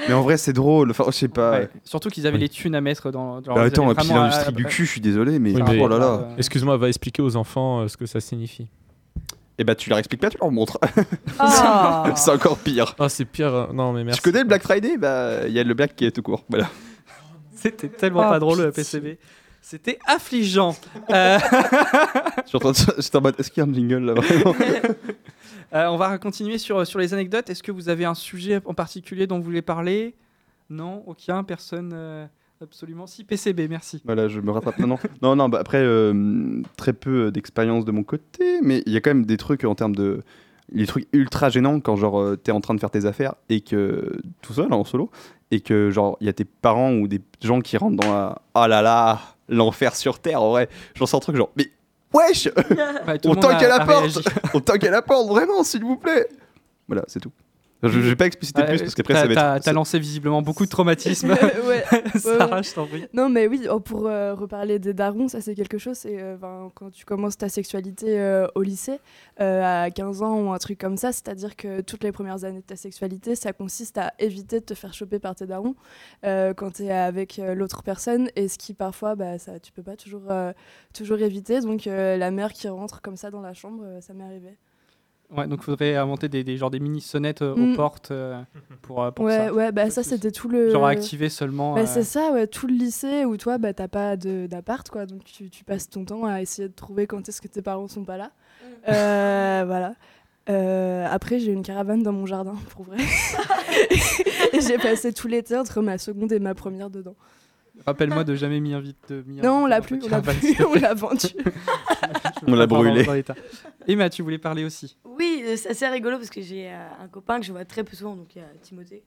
S4: mais en vrai c'est drôle enfin je sais pas
S1: ouais. Surtout qu'ils avaient les thunes à mettre dans. dans
S4: Bah,
S1: leurs
S4: attends
S1: années,
S4: et puis
S1: vraiment,
S4: l'industrie
S1: à-
S4: du cul je suis désolé mais,
S9: Oui, mais- Ah,
S4: oh là là
S1: Euh,
S9: Excuse-moi, va expliquer aux enfants euh, ce que ça signifie.
S4: Et bah tu leur expliques pas, tu leur montres.
S6: Ah.
S4: c'est encore pire.
S9: Ah, c'est pire. euh, Non, mais merci.
S4: Tu connais le Black Friday Bah il y a le Black qui est tout court. Voilà.
S1: C'était tellement
S6: Oh,
S1: pas drôle, le
S6: pitié.
S1: PCB. C'était affligeant. Euh,
S4: Je suis en train de- j'étais en mode est-ce qu'il y a un jingle là vraiment
S1: euh, on va continuer sur, sur les anecdotes. Est-ce que vous avez un sujet en particulier dont vous voulez parler Non, aucun, personne. euh, Absolument. Si, PCB, merci.
S4: Voilà, je me rattrape maintenant. Non, non, bah, après, euh, très peu euh, d'expérience de mon côté, mais il y a quand même des trucs euh, en termes de. Les trucs ultra gênants quand, genre, euh, t'es en train de faire tes affaires et que. tout seul, en solo, et que, genre, il y a tes parents ou des gens qui rentrent dans la. Oh là là, l'enfer sur terre, en vrai. Genre, c'est un truc genre. Mais wesh
S1: Ouais, tout
S4: On
S1: le monde a-
S4: tank à la
S1: a
S4: porte
S1: réagi.
S4: On tank à la porte, vraiment, s'il vous plaît Voilà, c'est tout. Je, je vais pas expliciter
S1: Ouais,
S4: plus parce qu'après,
S1: t'as-
S4: ça va
S1: t'as-
S4: être.
S1: T'as lancé visiblement beaucoup de traumatismes.
S5: Ouais,
S1: Sarah, je t'en prie.
S5: Non, mais oui, oh, pour euh, reparler des darons, ça c'est quelque chose. C'est euh, ben, quand tu commences ta sexualité euh, au lycée, euh, à 15 ans ou un truc comme ça, c'est-à-dire que toutes les premières années de ta sexualité, ça consiste à éviter de te faire choper par tes darons euh, quand tu es avec euh, l'autre personne, et ce qui parfois, bah, ça, tu peux pas toujours, euh, toujours éviter. Donc euh, la mère qui rentre comme ça dans la chambre, euh, ça m'est arrivé.
S1: Ouais, donc faudrait inventer des, des- genre des mini sonnettes euh, aux
S5: Mm.
S1: portes euh, pour, euh, pour
S5: Ouais,
S1: ça.
S5: ouais, bah ça c'était tout le.
S1: Genre activer seulement.
S5: Bah,
S1: euh,
S5: c'est ça, ouais, tout le lycée où toi, bah, t'as pas de- d'appart, quoi. Donc, tu, tu passes ton temps à essayer de trouver quand est-ce que tes parents sont pas là.
S2: Mm.
S5: Euh, voilà. Euh, après, j'ai une caravane dans mon jardin, pour vrai. et j'ai passé tout l'été entre ma seconde et ma première dedans.
S1: Rappelle-moi de jamais m'y invite. de m'y
S5: non, on
S1: inviter
S5: l'a
S1: dans
S5: plus,
S1: ta
S5: on l'a
S1: caravane,
S5: plus,
S1: s'il te
S5: on
S1: plaît.
S5: l'a vendu.
S1: Je veux
S4: On l'a
S1: pas parler
S4: brûlé.
S1: dans l'état. Emma, tu voulais parler aussi.
S2: Oui, euh, c'est assez rigolo parce que j'ai euh, un copain que je vois très peu souvent, donc il y a Timothée.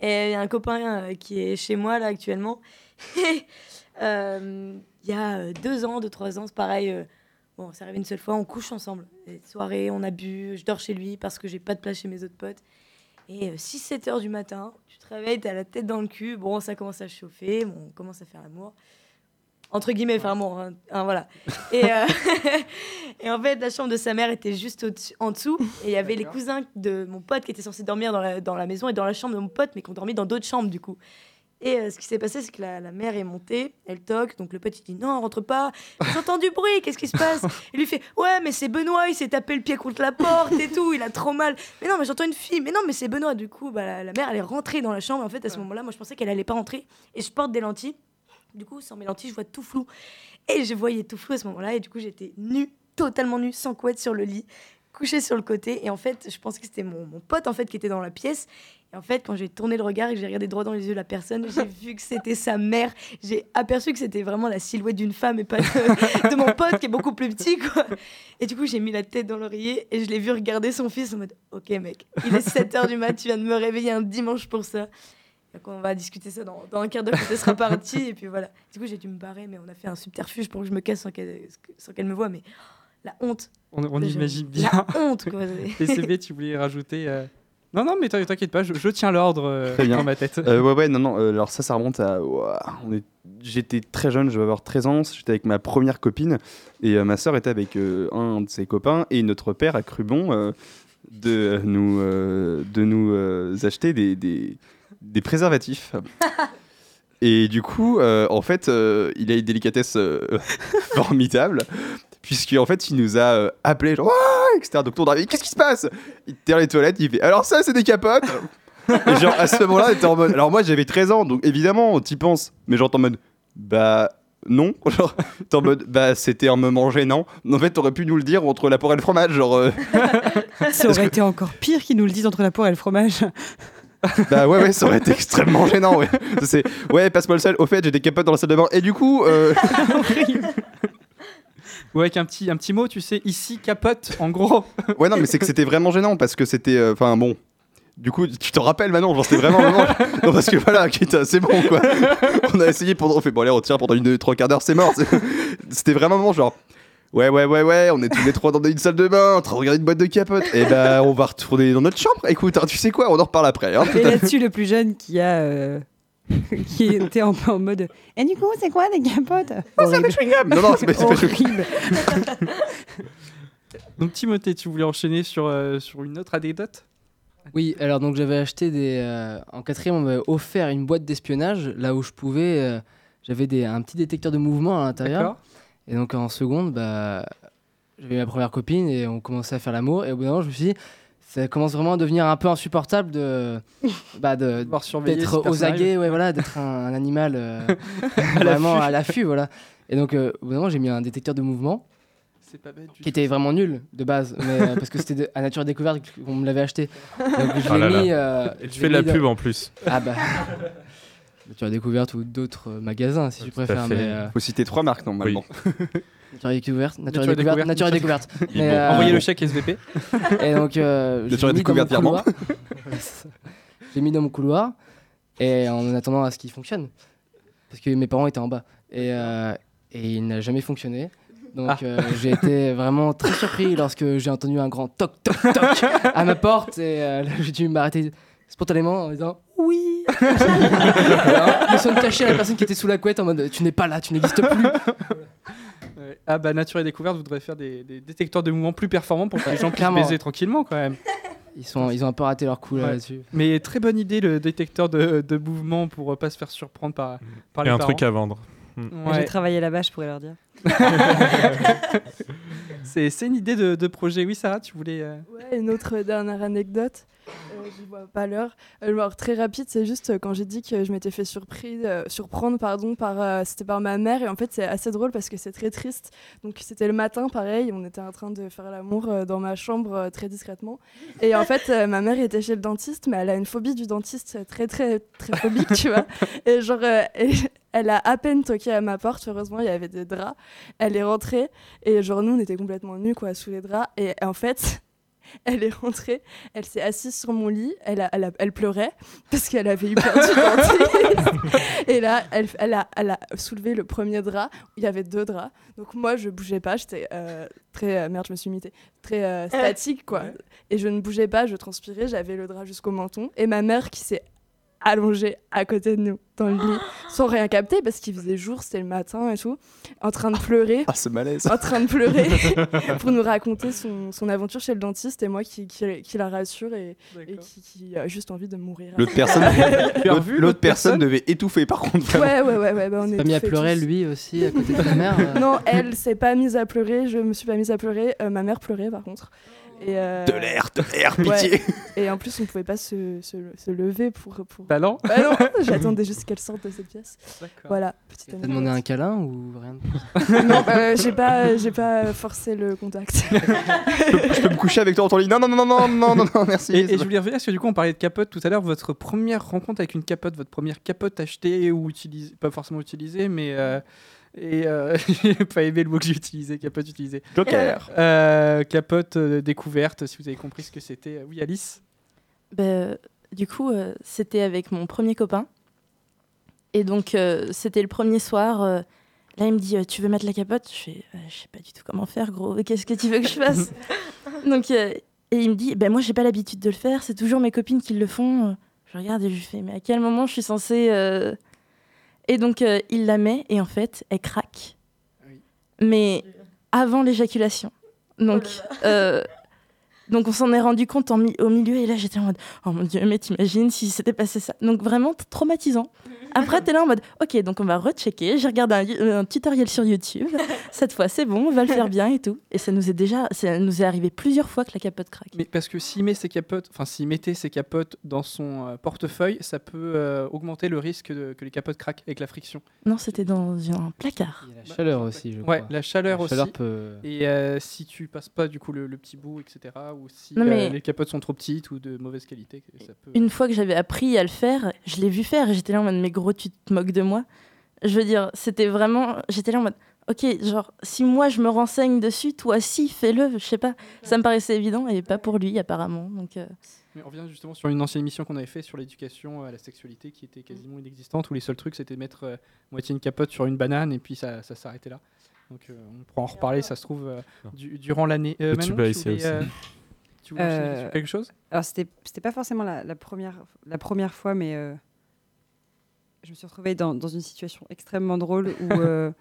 S2: Et il y a un copain euh, qui est chez moi là actuellement. Euh, Il y a euh, deux ans, deux, trois ans, c'est pareil. euh, bon, c'est arrivé une seule fois, on couche ensemble. Et soirée, on a bu, je dors chez lui parce que j'ai pas de place chez mes autres potes. Et 6-7 heures du matin, tu te réveilles, t'as la tête dans le cul. Bon, ça commence à chauffer, bon, on commence à faire l'amour. Entre guillemets, faire l'amour, hein, hein, voilà. Et, euh, et en fait, la chambre de sa mère était juste au-dessus- en dessous. Et il y avait les cousins de mon pote qui étaient censés dormir dans la, dans la maison et dans la chambre de mon pote, mais qui ont dormi dans d'autres chambres, du coup. Et euh, ce qui s'est passé, c'est que la, la mère est montée, elle toque, donc le pote il dit non, rentre pas, j'entends du bruit, qu'est-ce qui se passe Il lui fait ouais, mais c'est Benoît, il s'est tapé le pied contre la porte et tout, il a trop mal. Mais non, mais j'entends une fille, mais non, mais c'est Benoît. Du coup, bah, la, la mère elle est rentrée dans la chambre. En fait, à ce moment-là, moi je pensais qu'elle allait pas rentrer et je porte des lentilles. Du coup, sans mes lentilles, je vois tout flou. Et je voyais tout flou à ce moment-là, et du coup, j'étais nue, totalement nue, sans couette sur le lit, couchée sur le côté. Et en fait, je pensais que c'était mon, mon pote en fait qui était dans la pièce. Et en fait, quand j'ai tourné le regard et que j'ai regardé droit dans les yeux de la personne, j'ai vu que c'était sa mère. J'ai aperçu que c'était vraiment la silhouette d'une femme et pas de, de mon pote qui est beaucoup plus petit. Quoi. Et du coup, j'ai mis la tête dans l'oreiller et je l'ai vu regarder son fils en mode Ok, mec, il est 7h du mat, tu viens de me réveiller un dimanche pour ça. Donc, on va discuter ça dans, dans un quart d'heure quand elle sera partie. Et puis voilà. Du coup, j'ai dû me barrer, mais on a fait un subterfuge pour que je me casse sans qu'elle sans qu'elle me voie. Mais la honte.
S1: On, on
S2: Déjà.
S1: imagine bien.
S2: La honte, quoi.
S1: PCB, tu voulais rajouter. euh, Non, non, mais t'in- t'inquiète pas, je, je tiens l'ordre euh,
S4: Très bien.
S1: dans ma tête.
S4: Euh, ouais, ouais, non, non. euh, alors ça, ça remonte à. ouah, on est... J'étais très jeune, je vais avoir 13 ans. J'étais avec ma première copine et euh, ma sœur était avec euh, un de ses copains et notre père a cru bon euh, de euh, nous, euh, de nous euh, acheter des, des, des préservatifs. Et du coup, euh, en fait, euh, il a une délicatesse euh, formidable, puisque en fait, il nous a euh, appelé genre, Ouah etc. Donc, on a dit, qu'est-ce qui se passe Il tire les toilettes, il fait, alors ça, c'est des capotes Et genre, à ce moment-là, il était en mode. Alors, moi, j'avais 13 ans, donc évidemment, t'y penses, mais genre, t'es en mode, bah. Non, genre, t'es en mode, bah c'était un moment gênant. En fait, t'aurais pu nous le dire entre la porc et le fromage, genre. euh,
S6: Ça aurait été encore pire qu'ils nous le disent entre la poire et le fromage.
S4: Bah ouais, ouais, ça aurait été extrêmement gênant. Ouais, Ça, c'est ouais, passe-moi le sel. Au fait, j'ai des capotes dans la salle de bain. Et du coup, euh,
S1: Ou avec un petit, un petit mot, tu sais, ici, capote, en gros.
S4: ouais, non, mais c'est que c'était vraiment gênant parce que c'était, euh, enfin bon. Du coup, tu te rappelles maintenant, genre c'était vraiment. vraiment- Non, parce que voilà, quitte, c'est bon quoi. On a essayé pendant. On fait bon, allez, on tire pendant une, deux, trois quarts d'heure, c'est mort. C'est- C'était vraiment moment, genre. Ouais, ouais, ouais, ouais, on est tous les trois dans une salle de bain, en train de regarder une boîte de capote. Et bah, on va retourner dans notre chambre. Écoute, hein, tu sais quoi, on en reparle après. hein,
S6: Et
S4: peut-être.
S6: là-dessus, le plus jeune qui a. euh, qui était un peu en mode. Et du coup, c'est quoi des capotes
S4: Oh, c'est des chewing-gums Non, non, c'est pas- c'est pas des
S6: Horrible.
S1: Donc, Timothée, tu voulais enchaîner sur, euh, sur une autre anecdote
S3: Oui, alors donc j'avais acheté des. euh, en quatrième, on m'avait offert une boîte d'espionnage là où je pouvais. euh, j'avais des, un petit détecteur de mouvement à l'intérieur.
S1: D'accord.
S3: Et donc en seconde, bah, j'avais ma première copine et on commençait à faire l'amour. Et au bout d'un moment, je me suis dit, ça commence vraiment à devenir un peu insupportable de. Bah, de
S1: surveiller si
S3: d'être aux
S1: personne
S3: aguets,
S1: arrive.
S3: ouais, voilà, d'être un, un animal euh,
S1: À
S3: vraiment
S1: l'affût.
S3: à l'affût, voilà. Et donc euh, au bout d'un moment, j'ai mis un détecteur de mouvement
S1: C'est pas bête.
S3: qui était vraiment nul de base, mais euh, parce que c'était de- à nature découverte qu'on me l'avait acheté. Donc je
S9: Oh
S3: l'ai
S9: là là.
S3: mis. euh,
S9: Et tu
S3: je
S9: fais
S3: l'ai
S9: de la
S3: mis dans-
S9: pub en plus.
S3: Ah bah. nature découverte ou d'autres euh, magasins si tu
S4: à
S3: préfères.
S4: fait.
S3: Mais, euh,
S4: Faut citer trois marques normalement.
S3: Nature découverte, nature,
S1: Nature
S3: découverte,
S1: Découverte,
S3: nature
S1: Nature
S3: découverte. euh,
S1: Découverte. Ils vont envoyer le chèque SVP.
S3: Et donc, euh, je
S4: Nature
S3: l'ai mis dans mon
S4: Découverte
S3: couloir.
S4: virement.
S3: J'ai mis dans mon couloir et en attendant à ce qu'il fonctionne, parce que mes parents étaient en bas et, euh, et il n'a jamais fonctionné. Donc
S1: Ah.
S3: euh, j'ai été vraiment très surpris lorsque j'ai entendu un grand toc toc toc à ma porte et euh, là, j'ai dû m'arrêter spontanément en disant oui. Alors, le son de cachet à la personne qui était sous la couette en mode tu n'es pas là, tu n'existes plus.
S1: Ouais. Ah bah Nature et Découverte voudrait faire des, des détecteurs de mouvements plus performants pour que les gens puissent
S3: clairement.
S1: baiser tranquillement quand même.
S3: Ils sont, ils ont un peu raté leur coup là,
S1: Ouais.
S3: là-dessus.
S1: Mais très bonne idée le détecteur de, de mouvement pour euh, pas se faire surprendre par, par
S9: Et
S1: les
S9: un
S1: parents.
S9: truc à vendre. Mm.
S1: Ouais.
S6: J'ai travaillé là-bas, je pourrais leur dire.
S1: C'est c'est une idée de, de projet. Oui Sarah, tu voulais... euh,
S5: Ouais, une autre dernière anecdote. Euh, je vois pas l'heure. Euh, alors, très rapide, c'est juste euh, quand j'ai dit que je m'étais fait surprise, euh, surprendre, pardon, par, euh, c'était par ma mère. Et en fait, c'est assez drôle parce que c'est très triste. Donc, c'était le matin, pareil. On était en train de faire l'amour euh, dans ma chambre euh, très discrètement. Et en fait, euh, ma mère était chez le dentiste, mais elle a une phobie du dentiste euh, très, très, très phobique, tu vois. Et genre, euh, et- elle a à peine toqué à ma porte. Heureusement, il y avait des draps. Elle est rentrée. Et genre, nous, on était complètement nus, quoi, sous les draps. Et en fait. Elle est rentrée, elle s'est assise sur mon lit, elle, a- elle, a- elle pleurait parce qu'elle avait eu peur du dentiste. Et là, elle, elle, a, elle a soulevé le premier drap, il y avait deux draps. Donc moi, je bougeais pas, j'étais euh, très. euh, merde, je me suis imitée. Très euh, statique, quoi. Et je ne bougeais pas, je transpirais, j'avais le drap jusqu'au menton. Et ma mère qui s'est allongé à côté de nous dans le lit sans rien capter parce qu'il faisait jour, c'était le matin et tout, en train de pleurer.
S4: Ah, ce malaise.
S5: En train de pleurer pour nous raconter son, son aventure chez le dentiste et moi qui, qui, qui la rassure et, et qui, qui a juste envie de mourir.
S4: L'autre personne, l'autre- l'autre personne devait étouffer par contre. vraiment.
S5: Ouais, ouais, ouais. ouais bah, on est
S3: Pas mis à
S5: tous fait
S3: pleurer
S5: tous.
S3: lui aussi à côté de ta mère. euh.
S5: Non, elle s'est pas mise à pleurer, je me suis pas mise à pleurer, euh, ma mère pleurait par contre. Et euh,
S4: De l'air, de l'air,
S5: ouais.
S4: pitié.
S5: Et en plus, on pouvait pas se, se, se lever pour. pour...
S12: Bah non.
S5: Bah non, j'attendais juste qu'elle sorte de cette pièce. Voilà, petite
S3: T'as demandé un câlin ou rien de plus
S5: Non, euh, j'ai pas, j'ai pas forcé le contact.
S4: Je peux me coucher avec toi dans ton lit. Non, non, non, non, non, non, non, merci.
S1: Et, et je voulais revenir parce que du coup, on parlait de capote tout à l'heure. Votre première rencontre avec une capote, votre première capote achetée ou utilisée, pas forcément utilisée, mais. euh, et euh, j'ai pas aimé le mot que j'ai utilisé, capote utilisée.
S4: Joker.
S1: Euh, capote euh, découverte, si vous avez compris ce que c'était. Euh, Oui, Alice
S7: Ben, du coup, euh, c'était avec mon premier copain. Et donc, euh, c'était le premier soir. euh, là, il me dit euh, Tu veux mettre la capote Je fais Euh, Je sais pas du tout comment faire, gros. Qu'est-ce que tu veux que je fasse Donc, euh, et il me dit Ben, moi, j'ai pas l'habitude de le faire. C'est toujours mes copines qui le font. Je regarde et je lui fais Mais à quel moment je suis censée. euh, Et donc, euh, il la met et en fait, elle craque. Mais avant l'éjaculation. Donc, euh, donc on s'en est rendu compte en mi- au milieu et là j'étais en mode oh mon dieu mais t'imagines si c'était passé ça donc vraiment t- traumatisant après t'es là en mode ok donc on va rechecker j'ai regardé un, yo- euh, un tutoriel sur YouTube cette fois c'est bon on va le faire bien et tout et ça nous est déjà ça nous est arrivé plusieurs fois que la capote craque
S1: Mais parce que s'il met ses capotes, enfin s'il mettait ses capotes dans son euh, portefeuille, ça peut euh, augmenter le risque de- que les capotes craquent avec la friction.
S7: non c'était dans un placard
S3: La chaleur aussi, je
S1: Ouais,
S3: crois.
S1: la chaleur aussi.
S3: peut-
S1: Et euh, si tu passes pas du coup le, le petit bout, etc., ou si
S7: Non,
S1: euh,
S7: mais-
S1: les capotes sont trop petites ou de mauvaise qualité, ça peut. euh,
S7: une fois que j'avais appris à le faire, je l'ai vu faire et j'étais là en mode, mais gros, tu te moques de moi. Je veux dire, c'était vraiment. J'étais là en mode, ok, genre, si moi je me renseigne dessus, toi aussi, fais-le, je sais pas. Ça me paraissait évident et pas pour lui, apparemment. Donc, euh,
S1: Mais on revient justement sur une ancienne émission qu'on avait fait sur l'éducation à la sexualité qui était
S7: Mm.
S1: quasiment inexistante, où les seuls trucs c'était mettre euh, moitié une capote sur une banane et puis ça, ça s'arrêtait là. Donc euh, on pourra en reparler, ça se trouve, euh, du- durant l'année. Euh,
S9: Le
S1: Manon,
S9: tuba
S1: tu
S9: ici
S1: voulais,
S9: aussi.
S1: euh, tu voulais enchaîner
S6: Euh,
S1: sur quelque chose
S6: Alors, c'était c'était pas forcément la, la première, la première fois, mais euh, je me suis retrouvée dans, dans une situation extrêmement drôle où euh,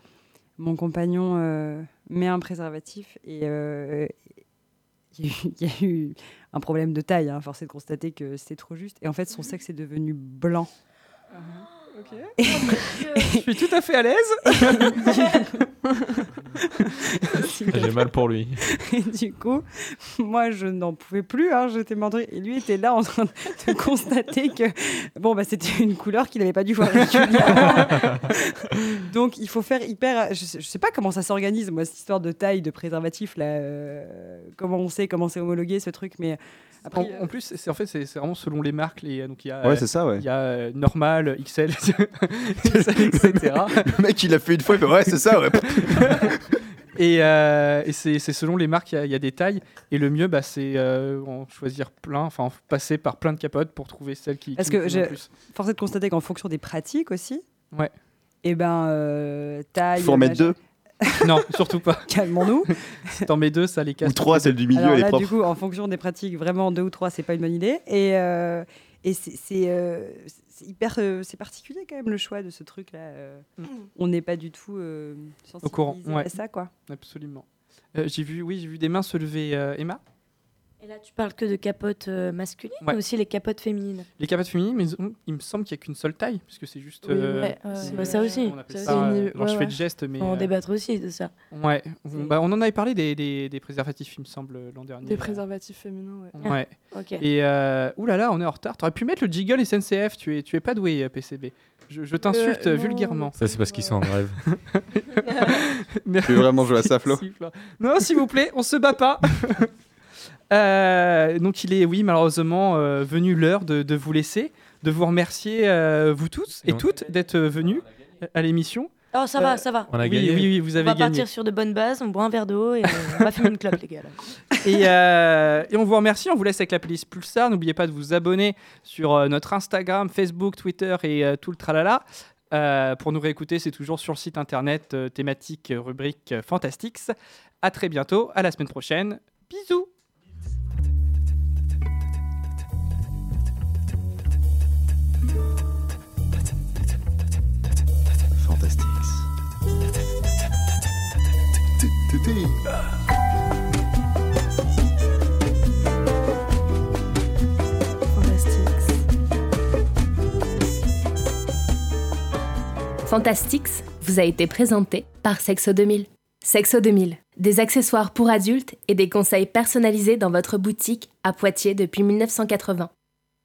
S6: mon compagnon euh, met un préservatif et euh, il y, a eu- il y a eu un problème de taille. Hein, forcé de constater que c'était trop juste. Et en fait, son sexe est devenu blanc.
S5: Hein.
S1: Je suis tout à fait à l'aise.
S9: J'ai mal pour lui.
S6: Et du coup, moi, je n'en pouvais plus. hein, J'étais mort de rire. Et lui était là en train de constater que bon, bah, c'était une couleur qu'il n'avait pas dû voir. régulièrement. Donc, il faut faire hyper. Je sais, je sais pas comment ça s'organise, moi, cette histoire de taille, de préservatif, là. euh, comment on sait, comment c'est homologué, ce truc. Mais après,
S1: En, en plus, c'est- c'est en fait, c'est c'est vraiment selon les marques. Les, euh, donc il y a,
S4: Ouais,
S1: euh,
S4: c'est ça, ouais.
S1: Il y a euh, normal, XL, etc.
S4: Le mec, il l'a fait une fois, il fait, ouais, c'est ça, ouais.
S1: Et, euh, et c'est c'est selon les marques, il y a- il y, a des tailles. Et le mieux, bah, c'est euh, en choisir plein, enfin en passer par plein de capotes pour trouver celle qui.
S6: Parce
S1: qui nous
S6: que
S1: plaît le
S6: j'ai
S1: plus.
S6: forcé de constater qu'en fonction des pratiques aussi,
S1: Ouais.
S6: et ben euh, taille.
S1: Faut en mettre
S6: machin-
S1: deux. Non, surtout pas.
S6: Calmons-nous.
S1: Si t'en mets deux, ça les casse.
S4: Ou trois, celle du milieu,
S6: Alors
S4: elle
S6: là,
S4: est
S6: du
S4: propre.
S6: coup, en fonction des pratiques, vraiment deux ou trois, c'est pas une bonne idée. Et, euh, et c'est- c'est euh, c'est hyper, euh, c'est particulier quand même le choix de ce truc-là. euh. On n'est pas du tout euh,
S1: Au courant,
S6: sensibilisé
S1: ouais.
S6: à ça, quoi.
S1: Absolument. Euh, j'ai vu, oui, j'ai vu des mains se lever. euh, Emma,
S2: Et là, tu parles que de capotes euh, masculines,
S1: Ouais.
S2: mais aussi les capotes féminines.
S1: les capotes féminines, mais on- il me semble qu'il n'y a qu'une seule taille, puisque c'est juste.
S2: Oui, ouais, ouais,
S1: Euh, c'est-
S2: ouais. Bah, Ça aussi,
S1: on appelle
S2: ça
S1: ça,
S2: aussi.
S1: euh, alors, je
S2: Ouais,
S1: fais
S2: ouais.
S1: le geste, mais.
S2: Faut en
S1: euh,
S2: débattre aussi de ça.
S1: Ouais, on, bah, on en avait parlé des, des- des préservatifs, il me semble, l'an dernier.
S5: Des préservatifs féminins, ouais.
S1: Ouais.
S2: Ah, Ok.
S1: Et euh, oulala, on est en retard. T'aurais pu mettre le jingle SNCF, tu es, tu es pas doué, euh, PCB. Je, je t'insulte
S5: Euh,
S1: euh,
S5: non.
S1: vulgairement.
S9: Ça, c'est parce qu'ils sont en grève.
S1: Merci.
S4: veux vraiment jouer à ça, Flo
S1: Merci, Non, s'il vous plaît, on se bat pas. Euh, donc il est, oui, malheureusement, euh, venu l'heure de, de vous laisser, de vous remercier, euh, vous tous et
S9: Non.
S1: toutes, d'être euh, venus à l'émission.
S2: Oh, ça va, ça va.
S1: oui, Oui, oui, vous avez
S2: on va
S1: Euh, gagné.
S2: partir sur de bonnes bases, on boit un verre d'eau et euh, on va fumer une clope, les gars. là.
S1: Et, euh, et on vous remercie, on vous laisse avec la playlist Pulsar. N'oubliez pas de vous abonner sur euh, notre Instagram, Facebook, Twitter et euh, tout le tralala. Euh, pour nous réécouter, c'est toujours sur le site internet euh, thématique euh, rubrique euh, Fantastics. À très bientôt, à la semaine prochaine. Bisous
S17: vérité.
S18: Fantastics vous a été présenté par Sexo 2000. Sexo 2000, des accessoires pour adultes et des conseils personnalisés dans votre boutique à Poitiers depuis 1980.